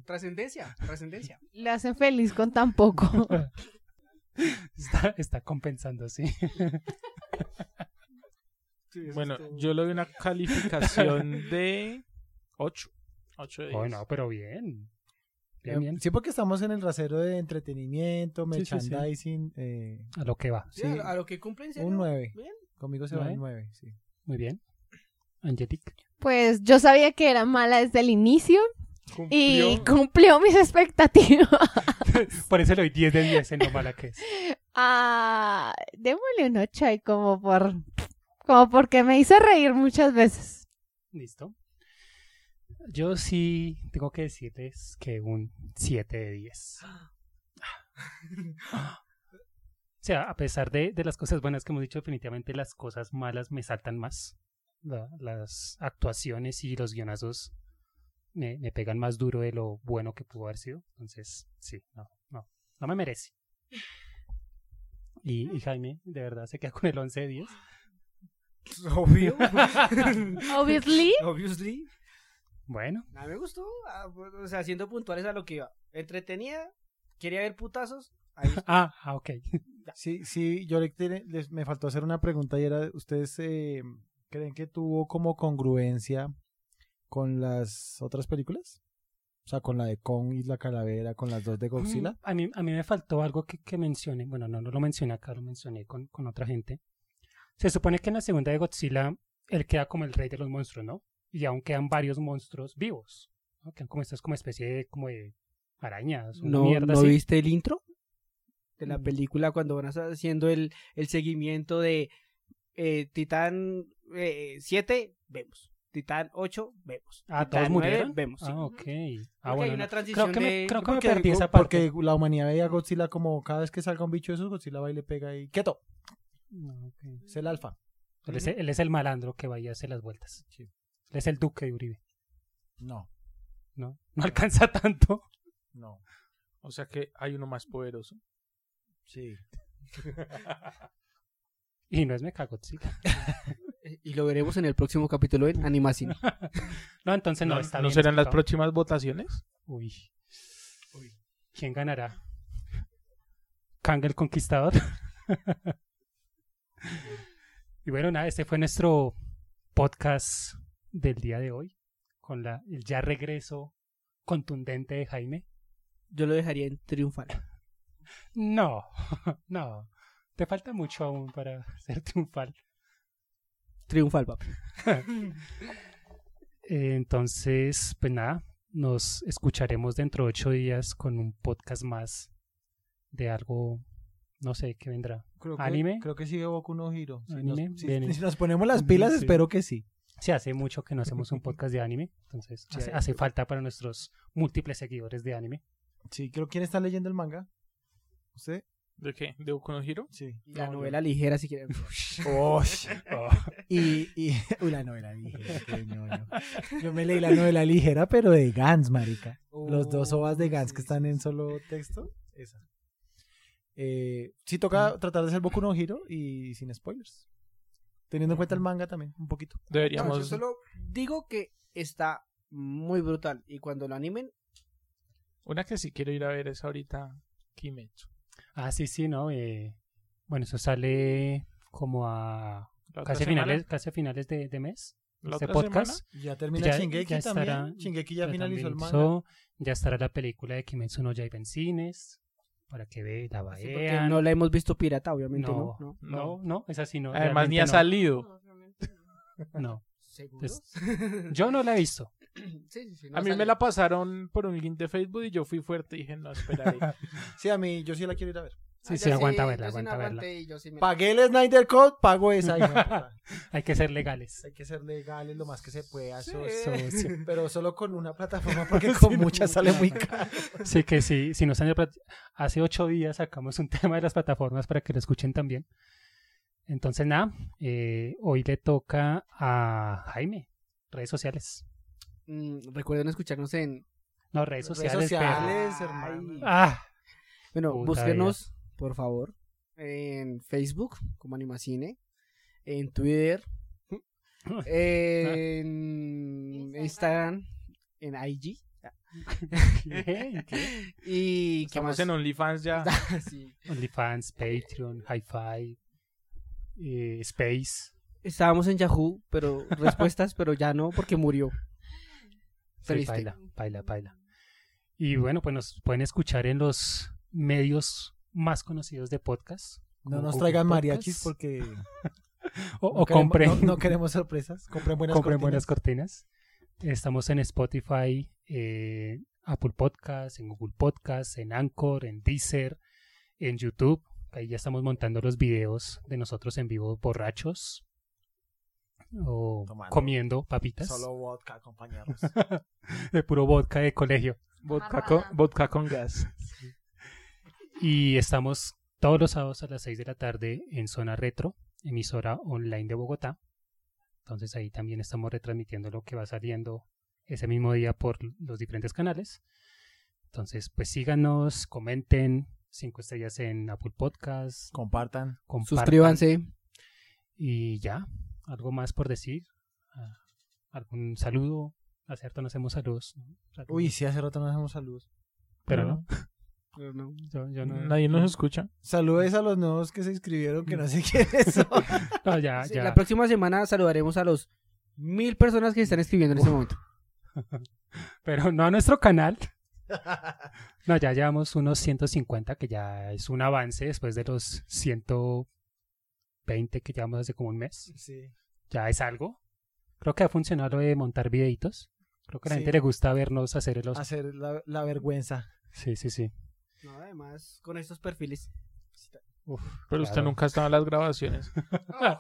S6: Trascendencia, trascendencia.
S10: Le hacen feliz con tan poco.
S9: está, está compensando, sí.
S8: Bueno, yo le doy una calificación de 8. 8 de 10.
S9: Oh, no, pero bien.
S7: Eh,
S9: Bien, bien.
S7: Sí, porque estamos en el rasero de entretenimiento,
S9: Sí, sí, sí.
S7: merchandising. eh,
S9: A lo que va.
S6: Sí,
S7: Sí.
S6: A lo que cumplen,
S7: un 9.
S6: Bien.
S7: Conmigo se va
S9: ¿Nueve?
S7: un 9, sí.
S9: Muy bien. Angetic.
S10: Pues yo sabía que era mala desde el inicio y
S8: Cumplió.
S10: cumplió mis expectativas.
S9: Por eso le doy 10 de 10 en lo mala que es.
S10: Ah, démosle un 8 ahí como por... Como porque me hizo reír muchas veces.
S9: Listo. Yo sí tengo que decirles que un 7 de 10. O sea, a pesar de, de las cosas buenas que hemos dicho, definitivamente las cosas malas me saltan más. La- las actuaciones y los guionazos me, me pegan más duro de lo bueno que pudo haber sido. Entonces, sí, no, no, no me merece. Y, y Jaime, de verdad, se queda con el 11 de 10.
S6: Obvio.
S10: Obviously.
S6: Obviously.
S9: Bueno,
S6: A pues, mí me gustó. ah, O sea, siendo puntuales a lo que iba. Entretenida. Quería ver putazos.
S7: Ahí-
S9: Ah, ah, ok.
S7: sí, sí, yo le- tiene- les- me faltó hacer una pregunta y era, ¿ustedes eh, creen que tuvo como congruencia con las otras películas? O sea, con la de Kong y la calavera, con las dos de Godzilla.
S9: Mm, A mí, a mí me faltó algo que, que mencioné. Bueno, no, no lo mencioné acá, lo mencioné con, con otra gente. Se supone que en la segunda de Godzilla, él queda como el rey de los monstruos, ¿no? Y aún quedan varios monstruos vivos. ¿no? Quedan como estas como especie de, como de arañas, una
S6: ¿No,
S9: mierda
S6: ¿no
S9: así.
S6: viste el intro de la
S9: Mm.
S6: película cuando van a estar haciendo el, el seguimiento de eh, Titán eh, 7? Vemos. Titán 8, vemos.
S9: Ah,
S6: Titán 9,
S9: todos murieron.
S6: Vemos. sí.
S9: Ah, ok. Ah,
S6: Porque
S9: bueno.
S6: hay una
S9: no.
S6: transición
S9: creo que
S6: de-
S9: me, creo que me
S7: Porque-
S9: perdí esa parte.
S7: Porque la humanidad veía a Godzilla como cada vez que salga un bicho de esos, Godzilla va y le pega y quieto,
S9: No, ok. Él,
S7: es el alfa.
S9: es, él es el malandro que va y hace las vueltas. Él es el duque de Uribe.
S7: No,
S9: No, no alcanza tanto.
S7: no.
S8: O sea que hay uno más poderoso.
S7: Sí.
S9: Y no es Mechagodzilla.
S6: eh, Y lo veremos en el próximo capítulo en Animacine.
S9: No, entonces no,
S8: ¿No,
S9: está
S8: ¿no
S9: bien,
S8: serán las
S9: explicado.
S8: próximas votaciones?
S9: Uy. ¿Quién ganará? ¿Kang el Conquistador? y bueno, nada, este fue nuestro podcast del día de hoy. Con la, el ya regreso contundente de Jaime.
S6: Yo lo dejaría en triunfal.
S9: No, no. Te falta mucho aún para ser triunfal.
S6: Triunfal, papi.
S9: Eh, entonces, pues nada, nos escucharemos dentro de ocho días con un podcast más de algo, no sé, qué vendrá.
S7: Creo que,
S9: ¿Anime?
S7: Creo que sigue Boku no Hiro. Si,
S9: ¿Anime?
S7: nos, si-
S9: Viene.
S7: si nos ponemos las pilas,
S9: Sí.
S7: espero que sí.
S9: Sí, hace mucho que no hacemos un podcast de anime, entonces
S7: Sí,
S9: hace,
S7: hay-
S9: hace falta para nuestros múltiples seguidores de anime.
S7: Sí, creo quién está leyendo el manga. ¿Usted?
S8: ¿De qué? ¿De Boku no Hero?
S7: Sí.
S6: La novela ligera, si quieren.
S7: Y, y uy, la novela ligera, qué ñoño. Yo me leí la novela ligera, pero de Gans, marica. Los
S8: Uh,
S7: dos ovas de Gans que están en solo texto. Esa. Eh, sí toca tratar de ser Boku no Hiro y sin spoilers. Teniendo en cuenta el manga también, un poquito.
S8: Deberíamos...
S6: No, yo solo digo que está muy brutal. Y cuando lo animen,
S8: Una que sí quiero ir a ver es ahorita Kimetsu.
S9: Ah, sí, sí, ¿no? Eh, bueno, eso sale como a
S8: La otra
S9: casi a
S8: semana-
S9: finales, casi a finales de, de mes.
S8: la
S9: este
S8: otra
S9: podcast.
S8: semana,
S7: Ya termina
S9: Ya-
S7: Shingeki
S9: ya
S7: también.
S9: estará-
S7: Shingeki ya
S9: Ya
S7: finalizó el
S9: también
S7: manga.
S9: hizo, ya estará la película de Kimetsu no Yaiba en cines, para que ve, la
S6: sí, porque
S9: vean.
S6: no la hemos visto pirata, obviamente, ¿no?
S9: no,
S6: ¿No?
S9: no, no, es así, no.
S8: Además ni ha
S9: realmente
S8: salido.
S9: no, no.
S6: ¿Seguro?
S9: Pues- Yo no la he visto.
S6: Sí, sí, sí, no
S8: A mí
S6: sale.
S8: me la pasaron por un link de Facebook y yo fui fuerte y dije, no, esperaré.
S7: Sí, a mí, yo sí la quiero ir a ver.
S9: Sí,
S6: Ah,
S9: sí,
S6: yo
S9: aguanta
S6: yo
S9: verla,
S6: sí no
S9: aguanta verla.
S6: aguanté y yo sí me-
S7: Pagué el Snyder Code, pago esa. hijo de puta.
S9: Hay que ser legales.
S7: Hay que ser legales lo más que se pueda,
S6: Sí.
S7: socio. Pero solo con una plataforma, porque con muchas sale muy caro.
S9: Sí, que sí, si nos han... Hace ocho días sacamos un tema de las plataformas para que lo escuchen también. Entonces, nada, eh, hoy le toca a Jaime, redes sociales.
S6: Mm, recuerden escucharnos en...
S9: No, redes sociales.
S7: Redes
S9: perro.
S7: sociales,
S6: perro.
S7: hermano.
S9: Ah,
S6: Bueno,
S9: Puta
S6: búsquenos, por favor, en Facebook como Animacine, en Twitter, en Instagram,
S10: Instagram.
S6: en IG.
S9: bien, ¿qué?
S6: Y qué
S8: Estamos
S6: más?
S8: en OnlyFans ya.
S6: Sí.
S9: OnlyFans, Patreon, Hi-Fi, eh, Space.
S6: Estábamos en Yahoo, pero respuestas, pero ya no, porque murió.
S9: Sí,
S6: Triste.
S9: paila, paila, paila. Y bueno, pues nos pueden escuchar en los medios más conocidos de podcast.
S7: No
S9: como
S7: nos
S9: Google
S7: traigan
S9: Podcast.
S7: mariachis porque
S9: O,
S7: no
S9: o
S7: queremos-
S9: compren.
S7: No, no queremos sorpresas. Compren buenas
S9: compren buenas
S7: cortinas.
S9: cortinas. Estamos en Spotify, eh, Apple Podcasts, en Google Podcasts, en Anchor, en Deezer, en YouTube. Ahí ya estamos montando los videos de nosotros en vivo borrachos o
S7: Tomando.
S9: comiendo papitas
S7: Solo vodka, compañeros.
S9: de puro vodka de colegio.
S8: Vodka con,
S7: Ah.
S8: vodka con gas.
S9: Y estamos todos los sábados a las 6 de la tarde en Zona Retro, emisora online de Bogotá. Entonces ahí también estamos retransmitiendo lo que va saliendo ese mismo día por los diferentes canales. Entonces, pues síganos, comenten, cinco estrellas en Apple Podcast,
S7: Compartan.
S9: compartan.
S6: Suscríbanse.
S9: Y ya, algo más por decir. Ah, ¿Algún saludo? Hace harto no hacemos saludos. ¿no?
S7: Uy, sí, hace rato no hacemos saludos.
S9: pero no.
S6: Pero no.
S9: Yo, yo no,
S8: Nadie nos escucha.
S7: Saludes a los nuevos que se inscribieron, que no sé quiénes son.
S9: No, Ah, ya,
S6: Sí,
S9: ya.
S6: La próxima semana saludaremos a los mil personas que están escribiendo en este momento.
S9: Pero no a nuestro canal. No, ya llevamos unos 150, que ya es un avance después de los 120 que llevamos hace como un mes.
S7: Sí.
S9: Ya es algo. Creo que ha funcionado lo de montar videitos. Creo que a la
S7: Sí.
S9: gente le gusta vernos hacer los...
S7: Hacer la, la vergüenza.
S9: Ah, Sí, sí, sí.
S6: No, además, con estos perfiles.
S9: Uf,
S8: Pero usted
S9: claro.
S8: nunca estaba en las grabaciones.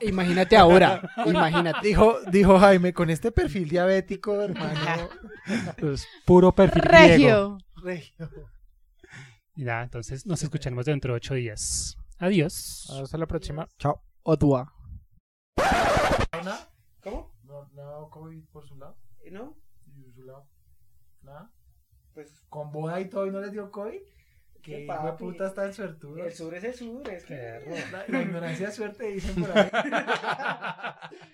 S6: Imagínate ahora, imagínate.
S7: Dijo, dijo Jaime, con este perfil diabético, hermano.
S8: Pues,
S9: Es puro perfil griego.
S10: Regio.
S7: regio.
S9: Y nada, entonces nos escucharemos dentro de ocho días. Adiós.
S8: Hasta la próxima.
S6: Otua.
S7: ¿Cómo? No, no, COVID por su lado.
S6: ¿No?
S7: Y por su lado. Nada. Pues con boda y todo y no les dio COVID. Que
S6: papi.
S7: la puta está el suertudo.
S6: sur es el sur, es
S7: La, la ignorancia es suerte, dicen por ahí.